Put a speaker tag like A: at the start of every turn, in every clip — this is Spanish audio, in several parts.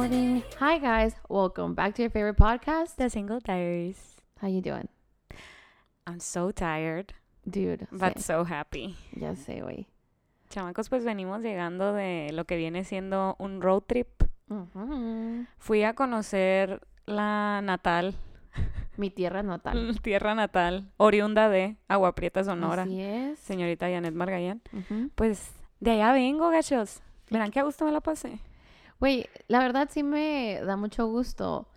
A: Hi guys, welcome back to your favorite podcast.
B: The Single Diaries.
A: How you doing,
B: I'm so tired,
A: dude?
B: but
A: sé,
B: so happy.
A: ya sé, güey.
B: Chamacos, pues venimos llegando de lo que viene siendo un road trip.
A: Ujú.
B: Fui a conocer la natal,
A: Mi tierra natal.
B: tierra natal, oriunda de Agua Prieta, Sonora,
A: Así es.
B: señorita Janet Margallán.
A: Ujú.
B: Pues de allá vengo, gachos. Verán que a gusto me la pasé.
A: Güey, la verdad sí me da mucho gusto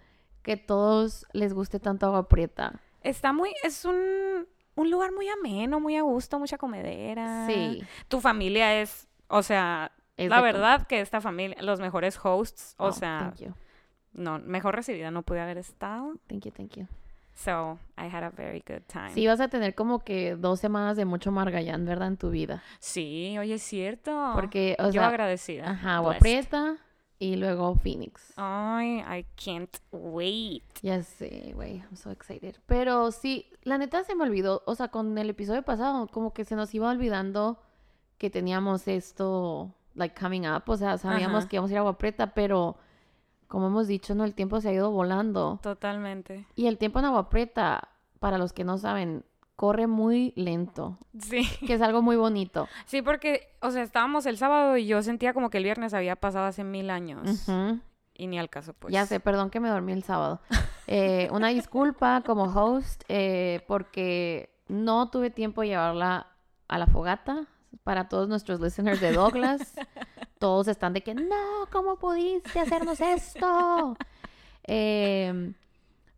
A: que todos les guste tanto agua prieta.
B: Está muy, es un, un lugar muy ameno, muy a gusto, mucha comedera.
A: Sí.
B: Tu familia es, o sea,
A: es
B: Ah, la
A: de-
B: verdad que esta familia, los mejores hosts, o
A: Oh,
B: sea,
A: Thank you,
B: no, mejor recibida no pude haber estado.
A: thank you, thank you.
B: So, I had a very good time.
A: Sí, vas a tener como que dos semanas de mucho Margallán, ¿verdad? En tu vida.
B: Sí, oye, es cierto.
A: Porque, o
B: Oh, Yo
A: sea,
B: agradecida.
A: ajá, agua
B: blessed.
A: prieta y luego Phoenix.
B: Ay, I can't wait.
A: Ya sé, güey, I'm so excited. Pero sí, la neta se me olvidó, o sea, con el episodio pasado, como que se nos iba olvidando que teníamos esto, like, coming up, o sea, sabíamos
B: Ajá.
A: que íbamos a ir a Agua Prieta, pero como hemos dicho, no, el tiempo se ha ido volando.
B: Totalmente.
A: Y el tiempo en Agua Prieta, para los que no saben, corre muy lento,
B: Sí.
A: que es algo muy bonito.
B: Sí, porque, o sea, estábamos el sábado y yo sentía como que el viernes había pasado hace mil años.
A: Ujú.
B: Y ni al caso, pues.
A: Ya sé, perdón que me dormí el sábado. Eh, una disculpa como host eh, porque no tuve tiempo de llevarla a la fogata. Para todos nuestros listeners de Douglas, todos están de que, no, ¿cómo pudiste hacernos esto? Eh,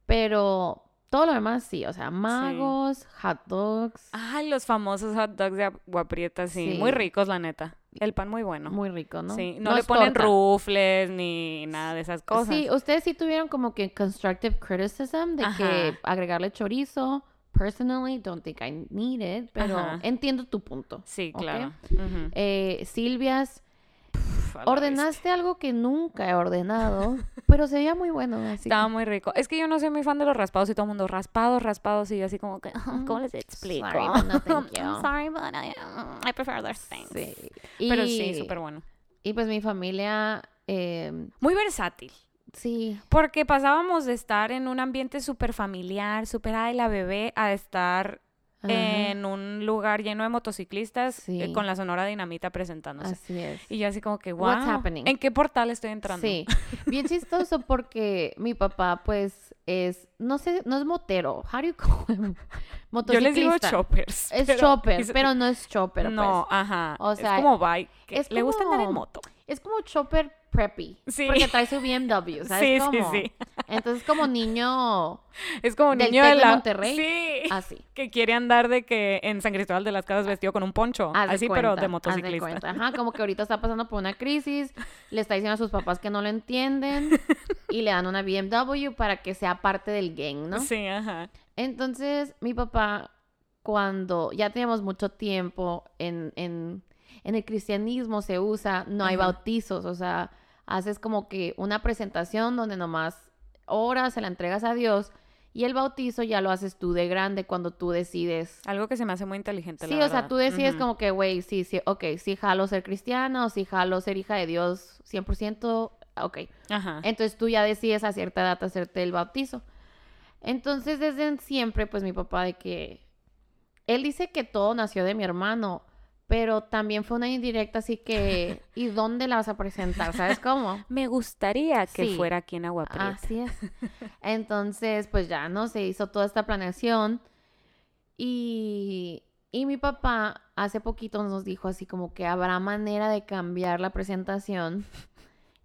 A: pero todo lo demás sí, o sea, magos, hot dogs,
B: Ay, los famosos hot dogs de agua prieta, sí. Muy
A: Sí.
B: ricos, la neta. El pan muy bueno.
A: muy rico, ¿no?
B: Sí, no,
A: No
B: le
A: es
B: ponen
A: torta.
B: rufles ni nada de esas cosas.
A: Sí, ustedes sí tuvieron como que constructive criticism de que
B: Ajá.
A: agregarle chorizo. Personally, don't think I need it, pero
B: Ajá.
A: entiendo tu punto.
B: Sí,
A: ¿ok?
B: claro. Ujú.
A: Eh, Silvias,
B: Pf, a la bestia.
A: ordenaste algo que nunca he ordenado, pero se veía muy bueno. Así
B: Estaba muy rico. Es que yo no soy muy fan de los raspados y todo el mundo raspados, raspados y yo así como que, ¿cómo les explico?
A: Sorry, but no thank you.
B: I'm sorry, but I, I prefer other
A: que-
B: things.
A: sí.
B: Pero
A: Y-
B: sí, súper bueno.
A: Y pues mi familia, eh,
B: Muy versátil.
A: sí,
B: Porque pasábamos de estar en un ambiente súper familiar, súper ay la bebé, a estar
A: ajá,
B: en un lugar lleno de motociclistas
A: Sí.
B: eh, con la Sonora Dinamita presentándose.
A: así es.
B: Y yo así como que, wow,
A: What's happening?"
B: ¿en qué portal estoy entrando?
A: Sí, bien chistoso porque mi papá, pues, es, no sé, no es motero. How do you call him?
B: Yo les digo
A: Motociclista.
B: choppers.
A: Es
B: pero-
A: chopper,
B: y se-
A: pero no es chopper,
B: no,
A: pues.
B: ajá.
A: O sea,
B: es como bike. que
A: es
B: le gusta andar en
A: como-
B: moto.
A: Es como chopper preppy.
B: Sí.
A: Porque trae su BMW, ¿sabes
B: Sí, sí,
A: cómo?
B: sí.
A: Entonces, como niño,
B: Es como un
A: Del
B: niño de
A: Tec de
B: la
A: Monterrey.
B: Sí.
A: así.
B: Que quiere andar de que en San Cristóbal de las Casas vestido con un poncho.
A: Ah, Haz de
B: así, pero
A: cuenta, haz
B: de
A: de
B: motociclista.
A: cuenta. Ajá, como que ahorita está pasando por una crisis, le está diciendo a sus papás que no lo entienden y le dan una BMW para que sea parte del gang, ¿no?
B: Sí, ajá.
A: Entonces, mi papá, cuando ya teníamos mucho tiempo en, en, en el cristianismo se usa, no hay
B: Ajá.
A: bautizos, o sea, haces como que una presentación donde nomás oras, se la entregas a Dios y el bautizo ya lo haces tú de grande cuando tú decides.
B: Algo que se me hace muy inteligente.
A: Sí,
B: la
A: o sea,
B: verdad.
A: tú decides
B: Ujú.
A: como que, güey, sí, sí, ok, sí jalo ser cristiana o sí jalo ser hija de Dios 100%, ok.
B: Ajá.
A: Entonces tú ya decides a cierta edad hacerte el bautizo. Entonces desde siempre, pues mi papá de que... Él dice que todo nació de mi hermano, pero también fue una indirecta, así que... ¿Y dónde la vas a presentar? ¿Sabes cómo?
B: Me gustaría que
A: Sí.
B: fuera aquí en Agua Prieta.
A: Así es. Entonces, pues ya, ¿no? Se hizo toda esta planeación. Y, y mi papá hace poquito nos dijo así como que habrá manera de cambiar la presentación.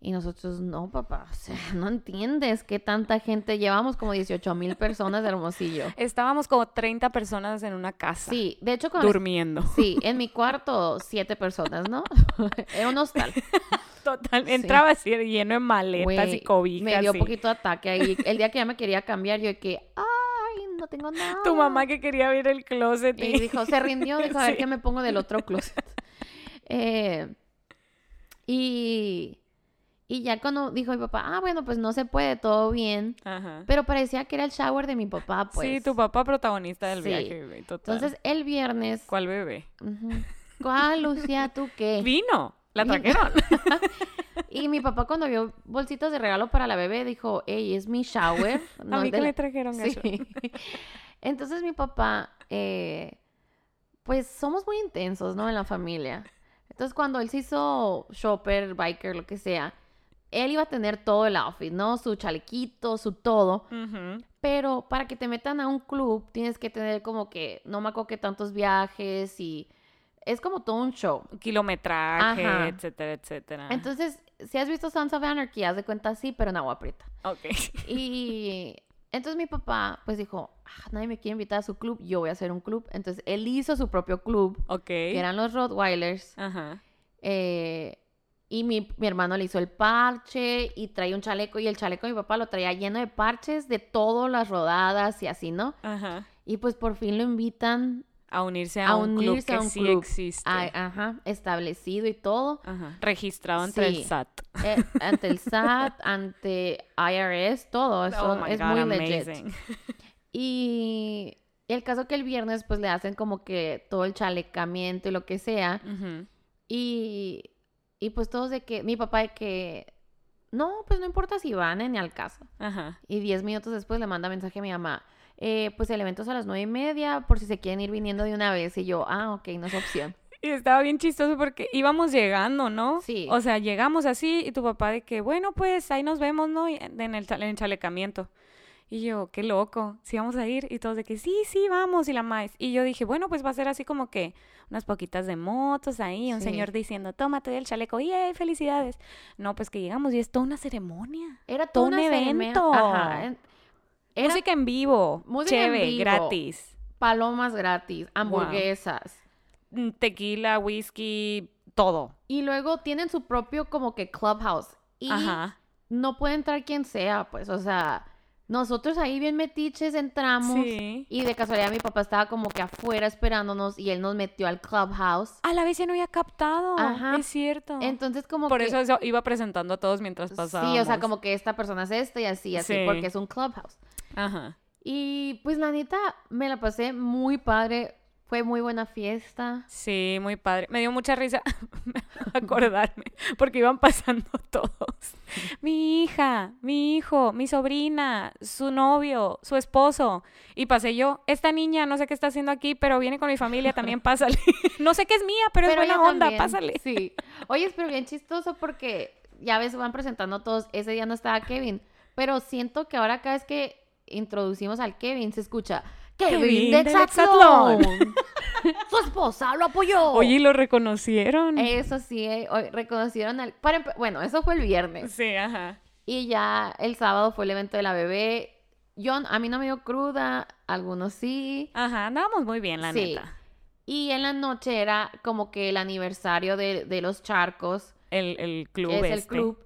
A: Y nosotros, no, papá, o sea, no entiendes qué tanta gente. Llevamos como 18 mil personas de Hermosillo.
B: Estábamos como 30 personas en una casa.
A: Sí, de hecho, cuando...
B: Durmiendo.
A: Sí, en mi cuarto, siete personas, ¿no? Era un hostal.
B: Total.
A: Sí.
B: Entraba así lleno de maletas
A: Güey,
B: y cobijas.
A: Me dio
B: y-
A: poquito ataque ahí. El día que ya me quería cambiar, yo de que, ay, no tengo nada.
B: Tu mamá que quería abrir el closet.
A: Y dijo, se rindió, dijo, a ver
B: Sí.
A: qué me pongo del otro closet. Eh, y, y ya cuando dijo mi papá, ah, bueno, pues no se puede, todo bien.
B: Ajá.
A: Pero parecía que era el shower de mi papá, pues.
B: Sí, tu papá protagonista del
A: Sí.
B: viaje, güey, total.
A: Entonces, el viernes...
B: ¿cuál bebé?
A: ujú. ¿Cuál, Lucía, tú qué?
B: Vino. La
A: eh, Vino.
B: trajeron.
A: Y mi papá cuando vio bolsitas de regalo para la bebé dijo, hey, es mi shower.
B: a
A: no
B: mí
A: es de
B: que
A: la-
B: le trajeron eso.
A: Sí. Entonces mi papá, eh, pues somos muy intensos, ¿no? En la familia. Entonces cuando él se hizo shopper, biker, lo que sea, él iba a tener todo el outfit, ¿no? Su chalequito, su todo.
B: Ujú.
A: Pero para que te metan a un club, tienes que tener como que, no me acuerdo que tantos viajes y es como todo un show.
B: Kilometraje,
A: Ajá.
B: etcétera, etcétera.
A: Entonces, si has visto Sons of Anarchy, haz de cuenta sí, pero en agua prieta.
B: Ok.
A: Y entonces mi papá pues dijo, "Ah, nadie me quiere invitar a su club, yo voy a hacer un club. Entonces él hizo su propio club,
B: Ok.
A: que eran los Rottweilers.
B: Ajá.
A: eh, y mi, mi hermano le hizo el parche y traía un chaleco y el chaleco de mi papá lo traía lleno de parches de todas las rodadas y así, ¿no?
B: Ajá.
A: Y pues por fin lo invitan,
B: A unirse a,
A: A
B: un club
A: unirse
B: que
A: a un
B: sí
A: club.
B: existe.
A: a- ajá, establecido y todo.
B: Ajá. Registrado entre
A: Sí.
B: el SAT.
A: eh, ante el SAT, ante IRS, todo. Eso
B: oh my
A: es
B: God,
A: muy legit.
B: amazing.
A: Y el caso que el viernes pues le hacen como que todo el chalecamiento y lo que sea.
B: Ujú.
A: Y, y pues todos de que, mi papá de que, no, pues no importa si van eh, ni al caso.
B: Ajá.
A: Y diez minutos después le manda mensaje a mi mamá. "Eh, pues el evento es a las nueve y media por si se quieren ir viniendo de una vez. Y yo, ah, ok, no es opción.
B: Y estaba bien chistoso porque íbamos llegando, ¿no?
A: Sí.
B: O sea, llegamos así y tu papá de que, bueno, pues ahí nos vemos, ¿no? Y En el, chale- en el chalecamiento. Y yo, qué loco, sí vamos a ir. Y todos de que, sí, sí, vamos. Y la más. Y yo dije, bueno, pues va a ser así como que unas poquitas de motos ahí, un
A: Sí.
B: señor diciendo, tómate el chaleco, ¡yay! ¡Felicidades! No, pues que llegamos y es toda una ceremonia.
A: Era
B: Todo
A: todo
B: un
A: un evento.
B: evento.
A: Ajá. en- Era
B: Música en vivo.
A: música en
B: chévere,
A: vivo.
B: gratis.
A: palomas gratis, hamburguesas.
B: Mm, Tequila, whisky, todo.
A: Y luego tienen su propio como que clubhouse. Y
B: Ajá.
A: no puede entrar quien sea, pues, o sea, nosotros ahí bien metiches entramos.
B: Sí.
A: Y de casualidad mi papá estaba como que afuera esperándonos y él nos metió al clubhouse.
B: A la vez ya no había captado.
A: Ajá.
B: Es cierto.
A: Entonces como
B: Por
A: que...
B: eso eso iba presentando a todos mientras pasábamos.
A: Sí, o sea, como que esta persona es esta y así, así,
B: Sí.
A: porque es un clubhouse.
B: Ajá.
A: Y pues la neta, me la pasé muy padre, fue muy buena fiesta.
B: Sí, muy padre. Me dio mucha risa acordarme, porque iban pasando todos. Mi hija, mi hijo, mi sobrina, su novio, su esposo. Y pasé yo, esta niña, no sé qué está haciendo aquí, pero viene con mi familia, también pásale. no sé qué es mía, pero, es
A: ella
B: buena onda,
A: también,
B: pásale.
A: Sí. Oye, pero bien chistoso porque ya ves, van presentando todos. Ese día no estaba Kevin, pero siento que ahora cada vez que introducimos al Kevin se escucha Kevin,
B: Kevin
A: de
B: del
A: Exatlón. Su esposa lo apoyó.
B: Oye, ¿y lo reconocieron.
A: Eso sí, Oh. eh, hoy reconocieron al... para empe- bueno, eso fue el viernes.
B: Sí, ajá.
A: Y ya el sábado fue el evento de la bebé. Yo, a mí no me dio cruda, algunos sí.
B: Ajá, andábamos muy bien, la
A: Sí.
B: neta.
A: Y en la noche era como que el aniversario de, de los charcos.
B: El, el club
A: es el
B: este.
A: club.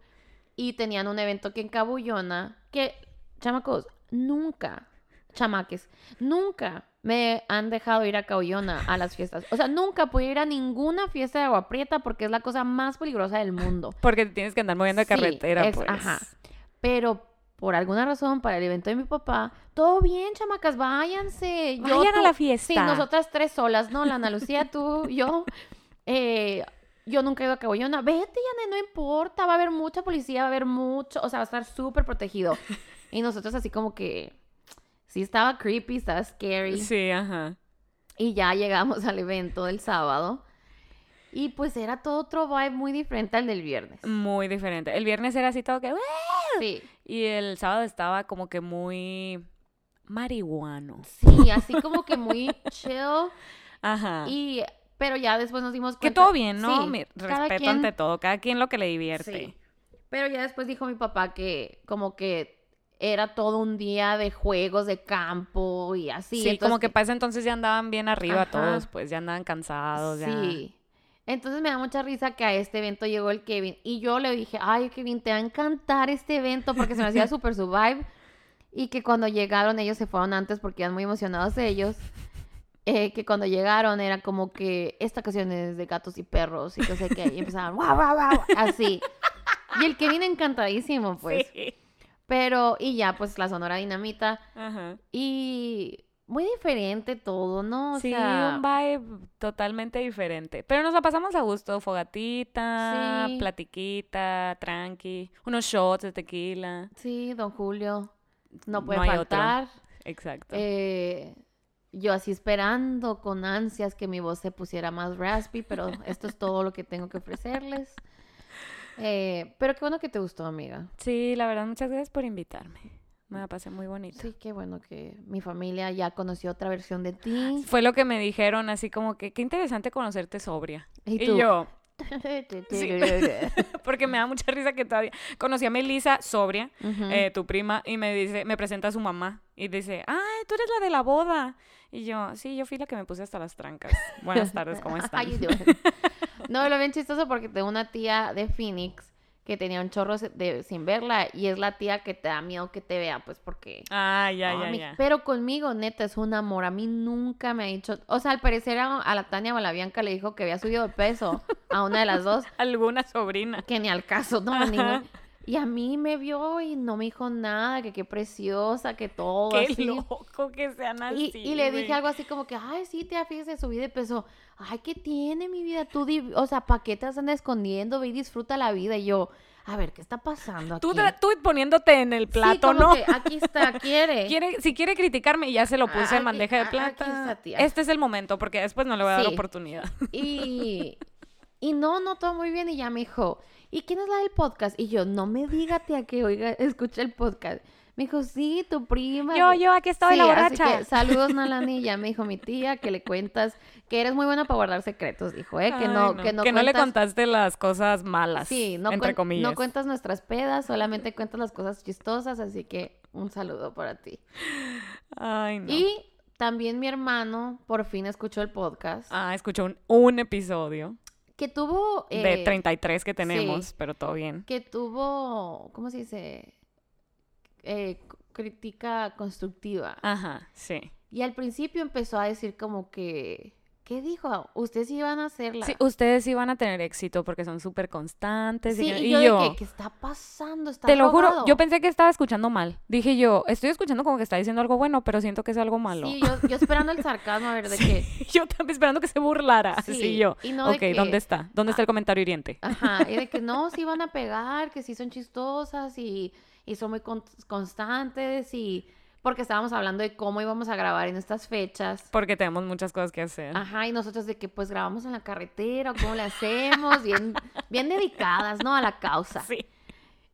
A: Y tenían un evento que en Cabullona, que, chamacos, nunca, chamaques, nunca me han dejado ir a Cabullona a las fiestas. O sea, nunca pude ir a ninguna fiesta de agua prieta porque es la cosa más peligrosa del mundo.
B: Porque te tienes que andar moviendo de
A: Sí,
B: carretera,
A: ex-
B: pues.
A: ajá. Pero por alguna razón, para el evento de mi papá, todo bien, chamacas, váyanse. Yo,
B: Vayan a
A: tú-
B: la fiesta.
A: Sí, nosotras tres solas, ¿no? La Ana Lucía, tú, yo. Eh, yo nunca he ido a Cabollona. Vete, Yane, no importa. Va a haber mucha policía, va a haber mucho. O sea, va a estar súper protegido. Y nosotros así como que... Sí, estaba creepy, estaba scary.
B: Sí, ajá.
A: Y ya llegamos al evento del sábado. Y pues era todo otro vibe muy diferente al del viernes.
B: Muy diferente. El viernes era así todo que... "Ué",
A: Sí.
B: Y el sábado estaba como que muy... Marihuano.
A: Sí, así como que muy chill.
B: Ajá.
A: Y... Pero ya después nos dimos
B: que
A: cuenta...
B: todo bien, ¿no?
A: Sí,
B: Mi-
A: cada
B: respeto
A: quien-
B: ante todo. Cada quien lo que le divierte.
A: Sí. Pero ya después dijo mi papá que como que era todo un día de juegos de campo y así.
B: Sí, como
A: entonces
B: que para ese entonces ya andaban bien arriba
A: Ajá.
B: todos, pues ya andaban cansados, ya.
A: Sí. Entonces me da mucha risa que a este evento llegó el Kevin y yo le dije, ay Kevin, te va a encantar este evento porque se me hacía súper su vibe y que cuando llegaron ellos se fueron antes porque eran muy emocionados ellos. eh, que cuando llegaron era como que esta canción es de gatos y perros y que sé qué, y empezaban guau, guau, guau, así. Y el Kevin encantadísimo, pues.
B: Sí.
A: Pero, y ya, pues la Sonora Dinamita.
B: Ajá.
A: Y muy diferente todo, ¿no? O
B: sí,
A: sea,
B: un vibe totalmente diferente. Pero nos la pasamos a gusto, fogatita,
A: Sí.
B: platiquita, tranqui, unos shots de tequila.
A: sí, don Julio, no puede
B: No hay otro.
A: faltar.
B: Exacto.
A: Eh, yo así esperando con ansias que mi voz se pusiera más raspy, pero esto es todo lo que tengo que ofrecerles. Eh, pero qué bueno que te gustó, amiga.
B: Sí, la verdad, muchas gracias por invitarme. Me la pasé muy bonito.
A: Sí, qué bueno que mi familia ya conoció otra versión de ti.
B: Fue lo que me dijeron, así como que qué interesante conocerte sobria.
A: Y
B: Y,
A: tú.
B: yo, porque me da mucha risa que todavía conocí a Melissa sobria,
A: Ujú.
B: eh, tu prima, y me dice, me presenta a su mamá y dice, ah, tú eres la de la boda. Y yo, sí, yo fui la que me puse hasta las trancas. Buenas tardes, Pues, ¿cómo están?
A: How you doing? no, lo ven chistoso porque tengo una tía de Phoenix que tenía un chorro se- de- sin verla y es la tía que te da miedo que te vea, pues porque...
B: Ah, ya,
A: "Ah,
B: ya,
A: mi-".
B: ya.
A: Pero conmigo, neta, es un amor. A mí nunca me ha dicho... O sea, al parecer a, a la Tania o a la Bianca le dijo que había subido de peso a una de las dos,
B: Alguna sobrina.
A: que ni al caso, no,
B: Ajá.
A: Ningún- Y a mí me vio y no me dijo nada, que qué preciosa, que todo
B: Qué
A: así.
B: loco que sean así.
A: Oh, Y, y le dije
B: Ah, güey.
A: algo así como que, ay, sí, tía, fíjese, subí de peso. Ay, ¿qué tiene mi vida? Tú, di- o sea, ¿para qué te andas escondiendo? Ve y disfruta la vida. Y yo, a ver, ¿qué está pasando aquí?
B: Tú, tra- tú poniéndote en el
A: Sí,
B: plato,
A: como
B: ¿no?
A: que aquí está, quiere.
B: Quiere- si quiere criticarme, ya se lo puse
A: Ah,
B: en bandeja de
A: aquí- ah, aquí
B: plata.
A: está, tía.
B: Este es el momento, porque después no le voy a dar
A: Sí.
B: oportunidad.
A: Y, y no, no, todo muy bien. Y ya me dijo, ¿y quién es la del podcast? Y yo, no me diga, tía, que oiga, escucha el podcast. Me dijo, sí, tu prima.
B: Yo, yo, aquí estoy, la
A: Sí, así
B: borracha.
A: que saludos, Nalani. Ya me dijo mi tía que le cuentas que eres muy buena para guardar secretos, dijo, ¿eh? Que
B: Ay,
A: no, que no
B: le
A: cuentas-
B: contaste las cosas malas.
A: Sí, no,
B: entre
A: cuen-
B: comillas.
A: no cuentas nuestras pedas, solamente cuentas las cosas chistosas, así que un saludo para ti.
B: Ay, no.
A: Y también mi hermano por fin escuchó el podcast,
B: Ah, escuchó un, un episodio
A: que tuvo...
B: de
A: eh,
B: 33 que tenemos,
A: sí.
B: pero todo bien.
A: Que tuvo, ¿cómo se dice? Eh, c- crítica constructiva.
B: Ajá, sí.
A: Y al principio empezó a decir como que... ¿Qué dijo? Ustedes iban a hacerla.
B: Sí, ustedes sí van a tener éxito porque son súper constantes.
A: Sí,
B: y, que-
A: y
B: y
A: yo, de
B: yo,
A: que, ¿qué está pasando? ¿Está
B: te lo juro,
A: drogado?
B: yo pensé que estaba escuchando mal. Dije yo, estoy escuchando como que está diciendo algo bueno, pero siento que es algo malo.
A: Sí, yo, yo esperando el sarcasmo, a ver, de que...
B: yo también esperando que se burlara. Sí,
A: Sí,
B: yo.
A: y no de
B: ok,
A: que- Ah.
B: ¿dónde está? ¿Dónde está el comentario hiriente?
A: Ajá, y de que no, sí van a pegar, que sí son chistosas y, y son muy con- constantes y porque estábamos hablando de cómo íbamos a grabar en estas fechas.
B: Porque tenemos muchas cosas que hacer.
A: Ajá, y nosotros de que pues grabamos en la carretera, o cómo le hacemos, bien, bien dedicadas, ¿no? A la causa.
B: sí.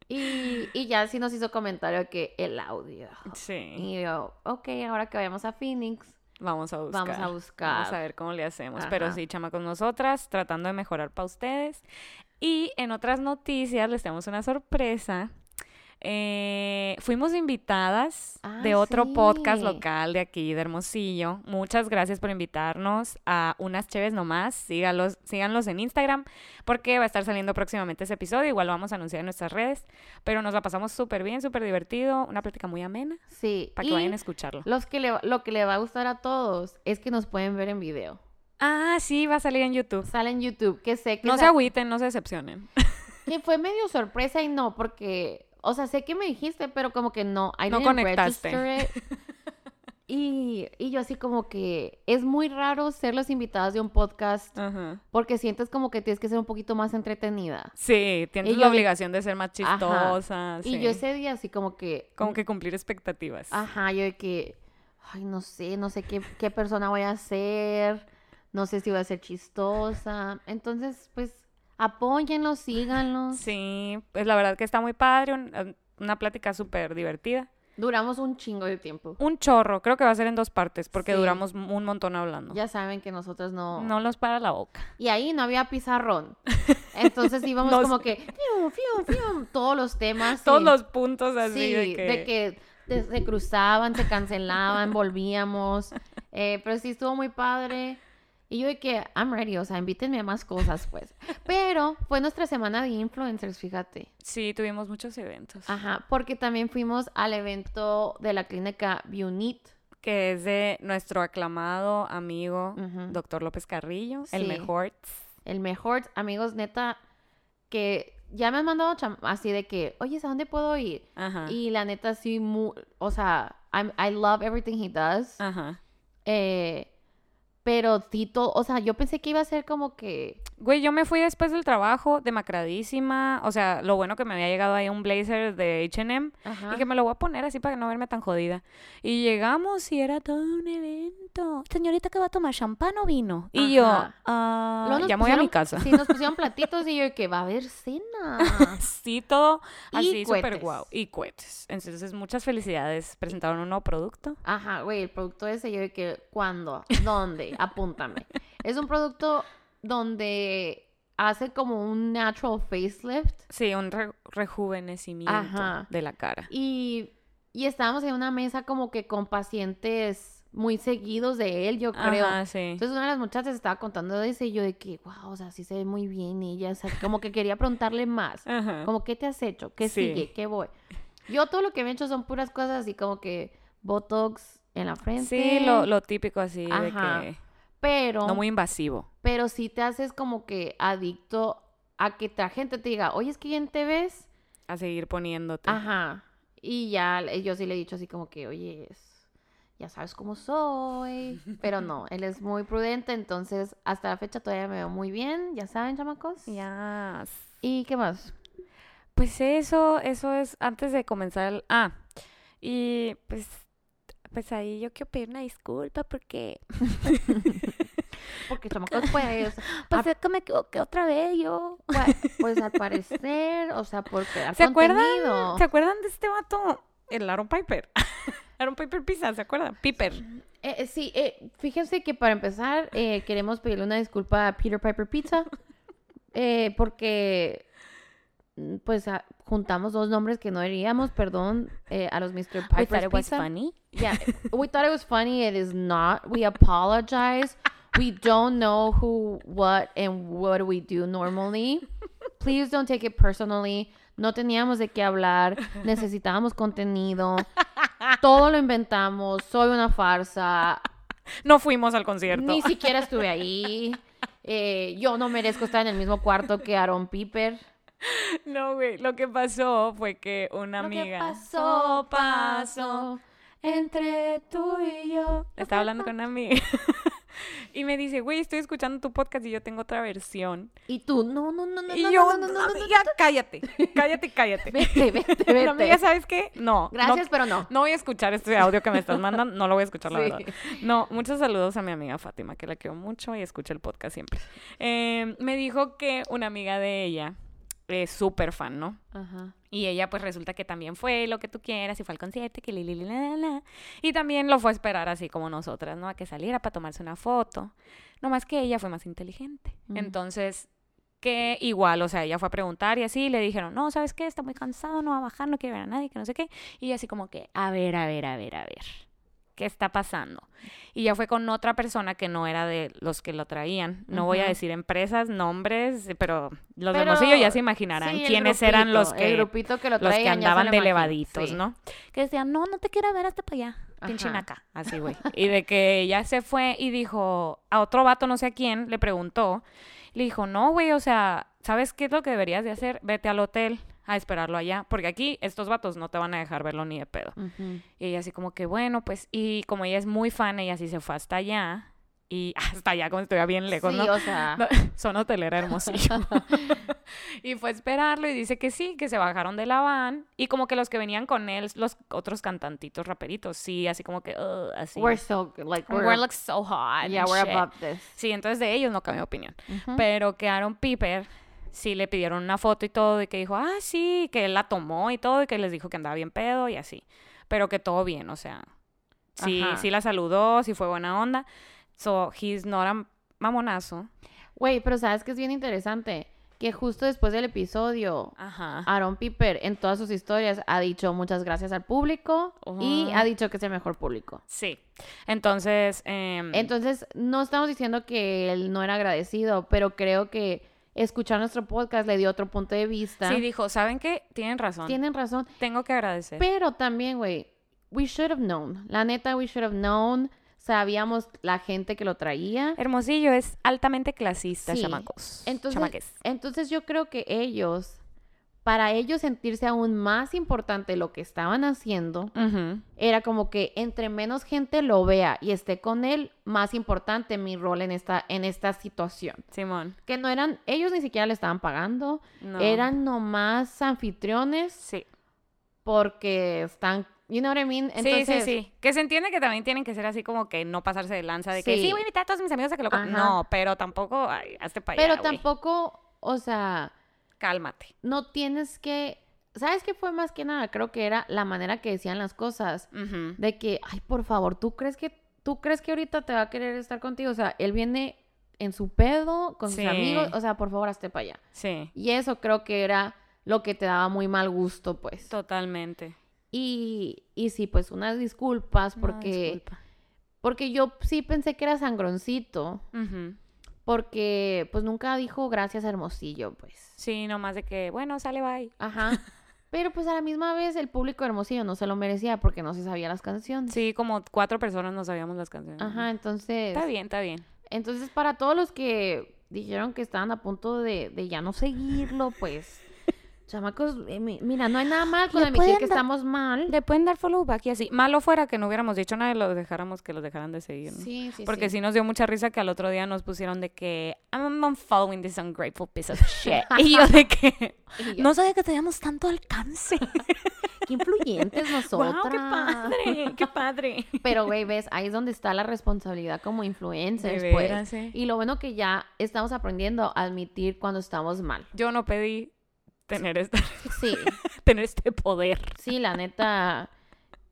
A: Y, y ya sí nos hizo comentario de que el audio.
B: Sí.
A: Y yo, ok, ahora que vayamos a Phoenix,
B: Vamos a buscar.
A: Vamos a buscar.
B: Vamos a ver cómo le hacemos. Pero
A: Ajá.
B: sí, chama con nosotras, tratando de mejorar para ustedes. Y en otras noticias les tenemos una sorpresa. Eh, fuimos invitadas
A: Ah,
B: de otro podcast
A: sí.
B: local de aquí, de Hermosillo. Muchas gracias por invitarnos a Unas Cheves Nomás. Sígalos, síganlos en Instagram porque va a estar saliendo próximamente ese episodio. Igual lo vamos a anunciar en nuestras redes. Pero nos la pasamos súper bien, súper divertido. Una plática muy amena
A: sí.
B: para que
A: y
B: vayan a escucharlo.
A: los que le, lo que le va a gustar a todos es que nos pueden ver en video.
B: Ah, sí, va a salir en YouTube.
A: Sale en YouTube, que sé que...
B: No se
A: esa-
B: agüiten, no se decepcionen.
A: Que fue medio sorpresa y no, porque, o sea, sé que me dijiste, pero como que no, I
B: No
A: didn't
B: conectaste.
A: register it. Y, y yo así como que es muy raro ser los invitados de un podcast
B: Ajá.
A: porque sientes como que tienes que ser un poquito más entretenida.
B: Sí, tienes
A: Y yo
B: la
A: de-
B: obligación de ser más chistosa. sí.
A: Y yo ese día así como que,
B: Como que cumplir expectativas.
A: ajá, yo de que, ay, no sé, no sé qué, qué persona voy a ser, no sé si voy a ser chistosa. Entonces, pues, apóyenlos, síganlos.
B: Sí, pues la verdad que está muy padre, un- eh, una plática súper divertida.
A: Duramos un chingo de tiempo.
B: Un chorro, creo que va a ser en dos partes, porque
A: Sí.
B: duramos un montón hablando.
A: Ya saben que nosotros no...
B: No los para la boca.
A: Y ahí no había pizarrón. Entonces íbamos
B: Nos-
A: como que... fium, fium, fium, todos los temas.
B: Todos
A: sí.
B: los puntos así
A: Sí,
B: de que...
A: te- se cruzaban, se cancelaban, volvíamos. Eh, pero sí estuvo muy padre. Y yo de que, I'm ready, o sea, invítenme a más cosas, pues. Pero fue nuestra semana de influencers, fíjate.
B: Sí, tuvimos muchos eventos.
A: Ajá, porque también fuimos al evento de la clínica Bunit.
B: Que es de nuestro aclamado amigo,
A: Ujú.
B: doctor López Carrillo,
A: Sí.
B: el mejor.
A: El mejor, amigos, neta, que ya me han mandado cham- así de que, oye, ¿a dónde puedo ir?
B: Ajá. Ah.
A: Y la neta, sí, mu- o sea, I'm- I love everything he does.
B: Ajá.
A: Eh, pero Tito, o sea, yo pensé que iba a ser como que...
B: Güey, yo me fui después del trabajo, demacradísima. O sea, lo bueno que me había llegado ahí un blazer de HM.
A: Ajá.
B: Y que me lo voy a poner así para no verme tan jodida. Y llegamos y era todo un evento. Señorita que va a tomar champán o vino. Y
A: Ajá.
B: yo, ah,
A: Luego nos
B: ya me voy a mi
A: pusieron-
B: casa.
A: Sí, nos pusieron platitos y yo, que va a haber cena.
B: Sí, todo
A: Y
B: así súper
A: cohetes.
B: guau. Y cohetes. Entonces, muchas felicidades. Presentaron un nuevo producto.
A: Ajá, güey, el producto ese, yo de que, ¿cuándo? ¿Dónde? Apúntame. Es un producto donde hace como un natural facelift
B: Sí, un re- rejuvenecimiento
A: Ajá.
B: de la cara.
A: y, y estábamos en una mesa como que con pacientes muy seguidos de él, yo creo.
B: Ajá, sí.
A: Entonces una de las muchachas estaba contando de eso y yo de que, wow, o sea, sí se ve muy bien ella, o sea, como que quería preguntarle más.
B: Ajá.
A: Como, ¿qué te has hecho? ¿Qué
B: Sí.
A: sigue? ¿Qué voy? Yo todo lo que me he hecho son puras cosas así como que Botox en la frente.
B: Sí, lo, lo típico así
A: Ajá.
B: de que
A: Pero,
B: no muy invasivo.
A: pero sí te haces como que adicto a que la gente te diga, oye, es que bien te ves.
B: A seguir poniéndote.
A: Ajá. Y ya, le- yo sí le he dicho así como que, oye, es- ya sabes cómo soy. Pero no, él es muy prudente, entonces hasta la fecha todavía me veo muy bien. Ya saben, chamacos.
B: Ya.
A: ¿Y qué más?
B: Pues eso, eso es antes de comenzar. el- Ah, y pues, pues ahí yo quiero pedir una disculpa porque
A: Porque chamacos, pues,
B: pues es que me equivoqué otra vez yo.
A: pues, pues al parecer, o sea, por crear
B: ¿Se acuerdan?
A: contenido.
B: ¿Se acuerdan de este vato? El Aaron Piper. Aaron Piper Pizza, ¿se acuerdan? Piper.
A: Eh, eh, sí, eh, fíjense que para empezar eh, queremos pedirle una disculpa a Peter Piper Pizza eh, porque mm, pues ah, juntamos dos nombres que no deberíamos, perdón, eh, a los Mr.
B: I thought
A: Piper
B: it was
A: Pizza.
B: funny.
A: Yeah, we thought it was funny. It is not. We apologize. We don't know who, what, and what we do normally. Please don't take it personally. No teníamos de qué hablar. Necesitábamos contenido. Todo lo inventamos. Soy una farsa.
B: No fuimos al concierto.
A: Ni siquiera estuve ahí. Eh, yo no merezco estar en el mismo cuarto que Aaron Piper.
B: No, güey. Lo que pasó fue que una
A: Lo que
B: amiga.
A: pasó, pasó.
B: entre tú y yo. Estaba hablando con una amiga. y me dice, güey, estoy escuchando tu podcast y yo tengo otra versión.
A: Y tú, no, no, no, no,
B: y
A: no,
B: yo,
A: no, no, no, no, no.
B: amiga, cállate, cállate, cállate.
A: Vete, vete,
B: La
A: vete.
B: amiga, ¿sabes qué? No. no-
A: Gracias, pero no.
B: No voy a escuchar este audio que me estás mandando, no lo voy a escuchar, la
A: Sí.
B: verdad. No, muchos saludos a mi amiga Fátima, que la quiero mucho y escucha el podcast siempre. Eh, me dijo que una amiga de ella es súper fan, ¿no?
A: Ajá.
B: Y ella pues resulta que también fue lo que tú quieras y fue al concierto y que li, li, li, la, la, la. Y también lo fue a esperar así como nosotras, ¿no? A que saliera para tomarse una foto. No más que ella fue más inteligente.
A: Mm.
B: Entonces, que igual, o sea, ella fue a preguntar y así y le dijeron, no, ¿sabes qué? Está muy cansado, no va a bajar, no quiere ver a nadie, que no sé qué. Y ella así como que, a ver, a ver, a ver, a ver. ¿Qué está pasando? Y ya fue con otra persona que no era de los que lo traían. No voy a
A: Ujú.
B: decir empresas, nombres, pero los de
A: Pero-
B: Hermosillo ya se imaginarán
A: Sí, el
B: quiénes eran
A: grupito,
B: los que
A: el grupito que lo
B: los
A: traían,
B: que
A: ya se lo
B: andaban de
A: imagino,
B: levaditos,
A: sí.
B: ¿no? Que decían, no, no te quiero ver hasta para allá, pinche
A: Ajá.
B: naca, así, güey. Y de que ya se fue y dijo, a otro vato, no sé a quién, le preguntó, le dijo, no, güey, o sea, ¿sabes qué es lo que deberías de hacer? Vete al hotel a esperarlo allá, porque aquí estos vatos no te van a dejar verlo ni de pedo.
A: Ujú.
B: Y ella así como que, bueno, pues, y como ella es muy fan, ella sí se fue hasta allá, y hasta allá, como estuviera bien lejos,
A: sí,
B: ¿no?
A: o sea,
B: No, son hotelera hermosillo. y fue a esperarlo y dice que sí, que se bajaron de la van. Y como que los que venían con él, los otros cantantitos, raperitos, sí, así como que, "Ugh", así.
A: we're so like we're,
B: We're, like so hot.
A: yeah,
B: and
A: we're
B: shit".
A: above this.
B: Sí, entonces de ellos no cambió opinión.
A: Ujú.
B: Pero que Aaron Piper sí le pidieron una foto y todo, y que dijo, ah, sí, que él la tomó y todo, y que les dijo que andaba bien pedo y así. Pero que todo bien, o sea. Sí,
A: Ajá.
B: sí la saludó, sí fue buena onda. So, he's not a mamonazo.
A: Güey, pero sabes que es bien interesante que justo después del episodio
B: Ajá.
A: Aaron Piper en todas sus historias ha dicho muchas gracias al público y
B: Ujú.
A: ha dicho que es el mejor público.
B: Sí. Entonces, em,
A: Entonces, no estamos diciendo que él no era agradecido, pero creo que escuchar nuestro podcast le dio otro punto de vista.
B: sí dijo, ¿saben qué? Tienen razón.
A: Tienen razón.
B: Tengo que agradecer.
A: Pero también, güey, we should have known. La neta, we should have known. Sabíamos la gente que lo traía.
B: Hermosillo es altamente clasista,
A: Sí.
B: chamacos.
A: Entonces,
B: Chamaques.
A: entonces yo creo que ellos, para ellos sentirse aún más importante lo que estaban haciendo,
B: Ujú.
A: era como que entre menos gente lo vea y esté con él, más importante mi rol en esta, en esta situación.
B: Simón.
A: Que no eran, ellos ni siquiera le estaban pagando,
B: No.
A: eran nomás anfitriones
B: Sí.
A: porque están, you know what I mean?
B: sí,
A: Entonces,
B: sí, sí. Que se entiende que también tienen que ser así como que no pasarse de lanza de que
A: Sí.
B: sí, voy a invitar a todos mis amigos a que lo
A: Ajá.
B: coman. No, pero tampoco, ay, hazte para
A: Pero
B: allá, güey.
A: tampoco, o sea,
B: Cálmate.
A: no tienes que, ¿sabes qué fue más que nada? Creo que era la manera que decían las cosas,
B: Ujú.
A: de que, ay, por favor, ¿tú crees que, tú crees que ahorita te va a querer estar contigo? O sea, él viene en su pedo, con
B: Sí.
A: sus amigos, o sea, por favor, hazte para allá.
B: Sí,
A: Y eso creo que era lo que te daba muy mal gusto, pues.
B: totalmente.
A: Y, y sí, pues unas disculpas,
B: No,
A: porque...
B: disculpa.
A: Porque yo sí pensé que era sangroncito,
B: Ujú.
A: porque pues nunca dijo gracias Hermosillo, pues.
B: Sí, nomás de que, bueno, sale bye.
A: Ajá. Pero pues a la misma vez el público de Hermosillo no se lo merecía porque no se sabía las canciones.
B: Sí, como cuatro personas no sabíamos las canciones.
A: Ajá, entonces.
B: Está bien, está bien.
A: Entonces para todos los que dijeron que estaban a punto de, de ya no seguirlo, pues. Chamacos, eh, mi- mira, no hay nada mal con
B: Le
A: admitir
B: pueden
A: que
B: dar-
A: estamos mal.
B: Le pueden dar follow back y así. Malo fuera que no hubiéramos dicho nada y los dejáramos que los dejaran de seguir. ¿no?
A: Sí, sí,
B: Porque
A: sí.
B: sí nos dio mucha risa que al otro día nos pusieron de que I'm unfollowing this ungrateful piece of shit. y yo de que
A: Y yo,
B: no sabía que teníamos tanto alcance.
A: qué influyentes nosotras.
B: ¡Wow, qué padre! ¡Qué padre!
A: Pero, güey, ves, ahí es donde está la responsabilidad como influencers,
B: De
A: pues.
B: veras, eh.
A: Y lo bueno que ya estamos aprendiendo a admitir cuando estamos mal.
B: Yo no pedí tener este,
A: Sí,
B: tener este poder.
A: sí, la neta.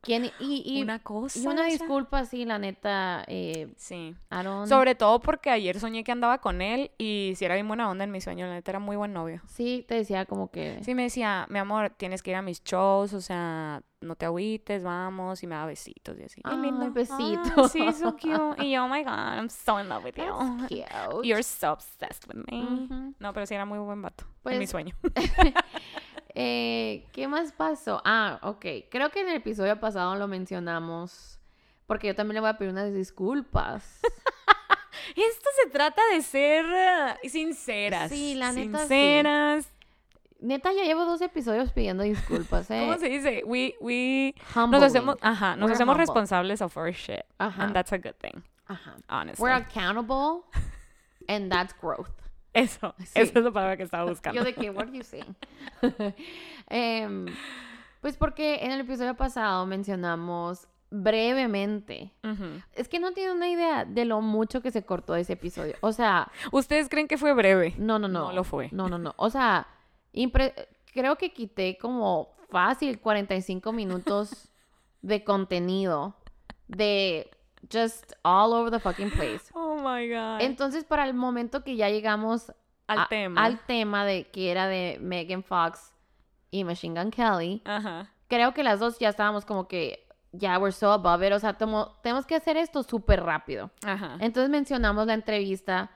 A: ¿Quién? Y, y,
B: una cosa.
A: y una
B: o sea.
A: disculpa, sí, la neta, eh,
B: Sí.
A: Aaron.
B: Sobre todo porque ayer soñé que andaba con él y si era bien buena onda en mi sueño, la neta era muy buen novio.
A: Sí, te decía como que.
B: Sí, me decía, mi amor, tienes que ir a mis shows, o sea, no te agüites, vamos, y me daba besitos y así.
A: Ay,
B: Bien lindo.
A: besito.
B: Ay, sí, so cute. Y yo, oh my God, I'm so in love with
A: "That's
B: you.
A: cute".
B: You're so obsessed with me.
A: Ujú.
B: No, pero sí era muy buen vato. en mi
A: Pues-
B: sueño.
A: Eh, ¿Qué más pasó? Ah, ok. Creo que en el episodio pasado lo mencionamos. Porque yo también le voy a pedir unas disculpas.
B: Esto se trata de ser eh, sinceras.
A: Sí, la neta, sí.
B: Sinceras.
A: Neta, ya llevo dos episodios pidiendo disculpas, ¿eh?
B: ¿Cómo se dice? We, we... Nos
A: Humbling.
B: hacemos, ajá, nos
A: We're
B: hacemos
A: humble.
B: responsables of our shit.
A: Ajá.
B: And that's a good thing,
A: Ajá.
B: honestly.
A: We're accountable, and that's growth.
B: Eso,
A: Sí.
B: esa es la palabra que estaba buscando.
A: Yo de que, what are you saying? Em, pues porque en el episodio pasado mencionamos brevemente.
B: Ujú.
A: Es que no tiene una idea de lo mucho que se cortó ese episodio. O sea,
B: ¿Ustedes creen que fue breve?
A: no, no, no.
B: No lo fue.
A: No, no, no. O sea, impre- creo que quité como fácil 45 minutos de contenido de just all over the fucking place.
B: Oh my God.
A: Entonces, para el momento que ya llegamos
B: Al
A: a-
B: tema.
A: al tema de que era de Megan Fox y Machine Gun Kelly,
B: Ajá.
A: creo que las dos ya estábamos como que ya we're so above it, o sea, tomo- tenemos que hacer esto súper rápido.
B: Ajá.
A: Entonces mencionamos la entrevista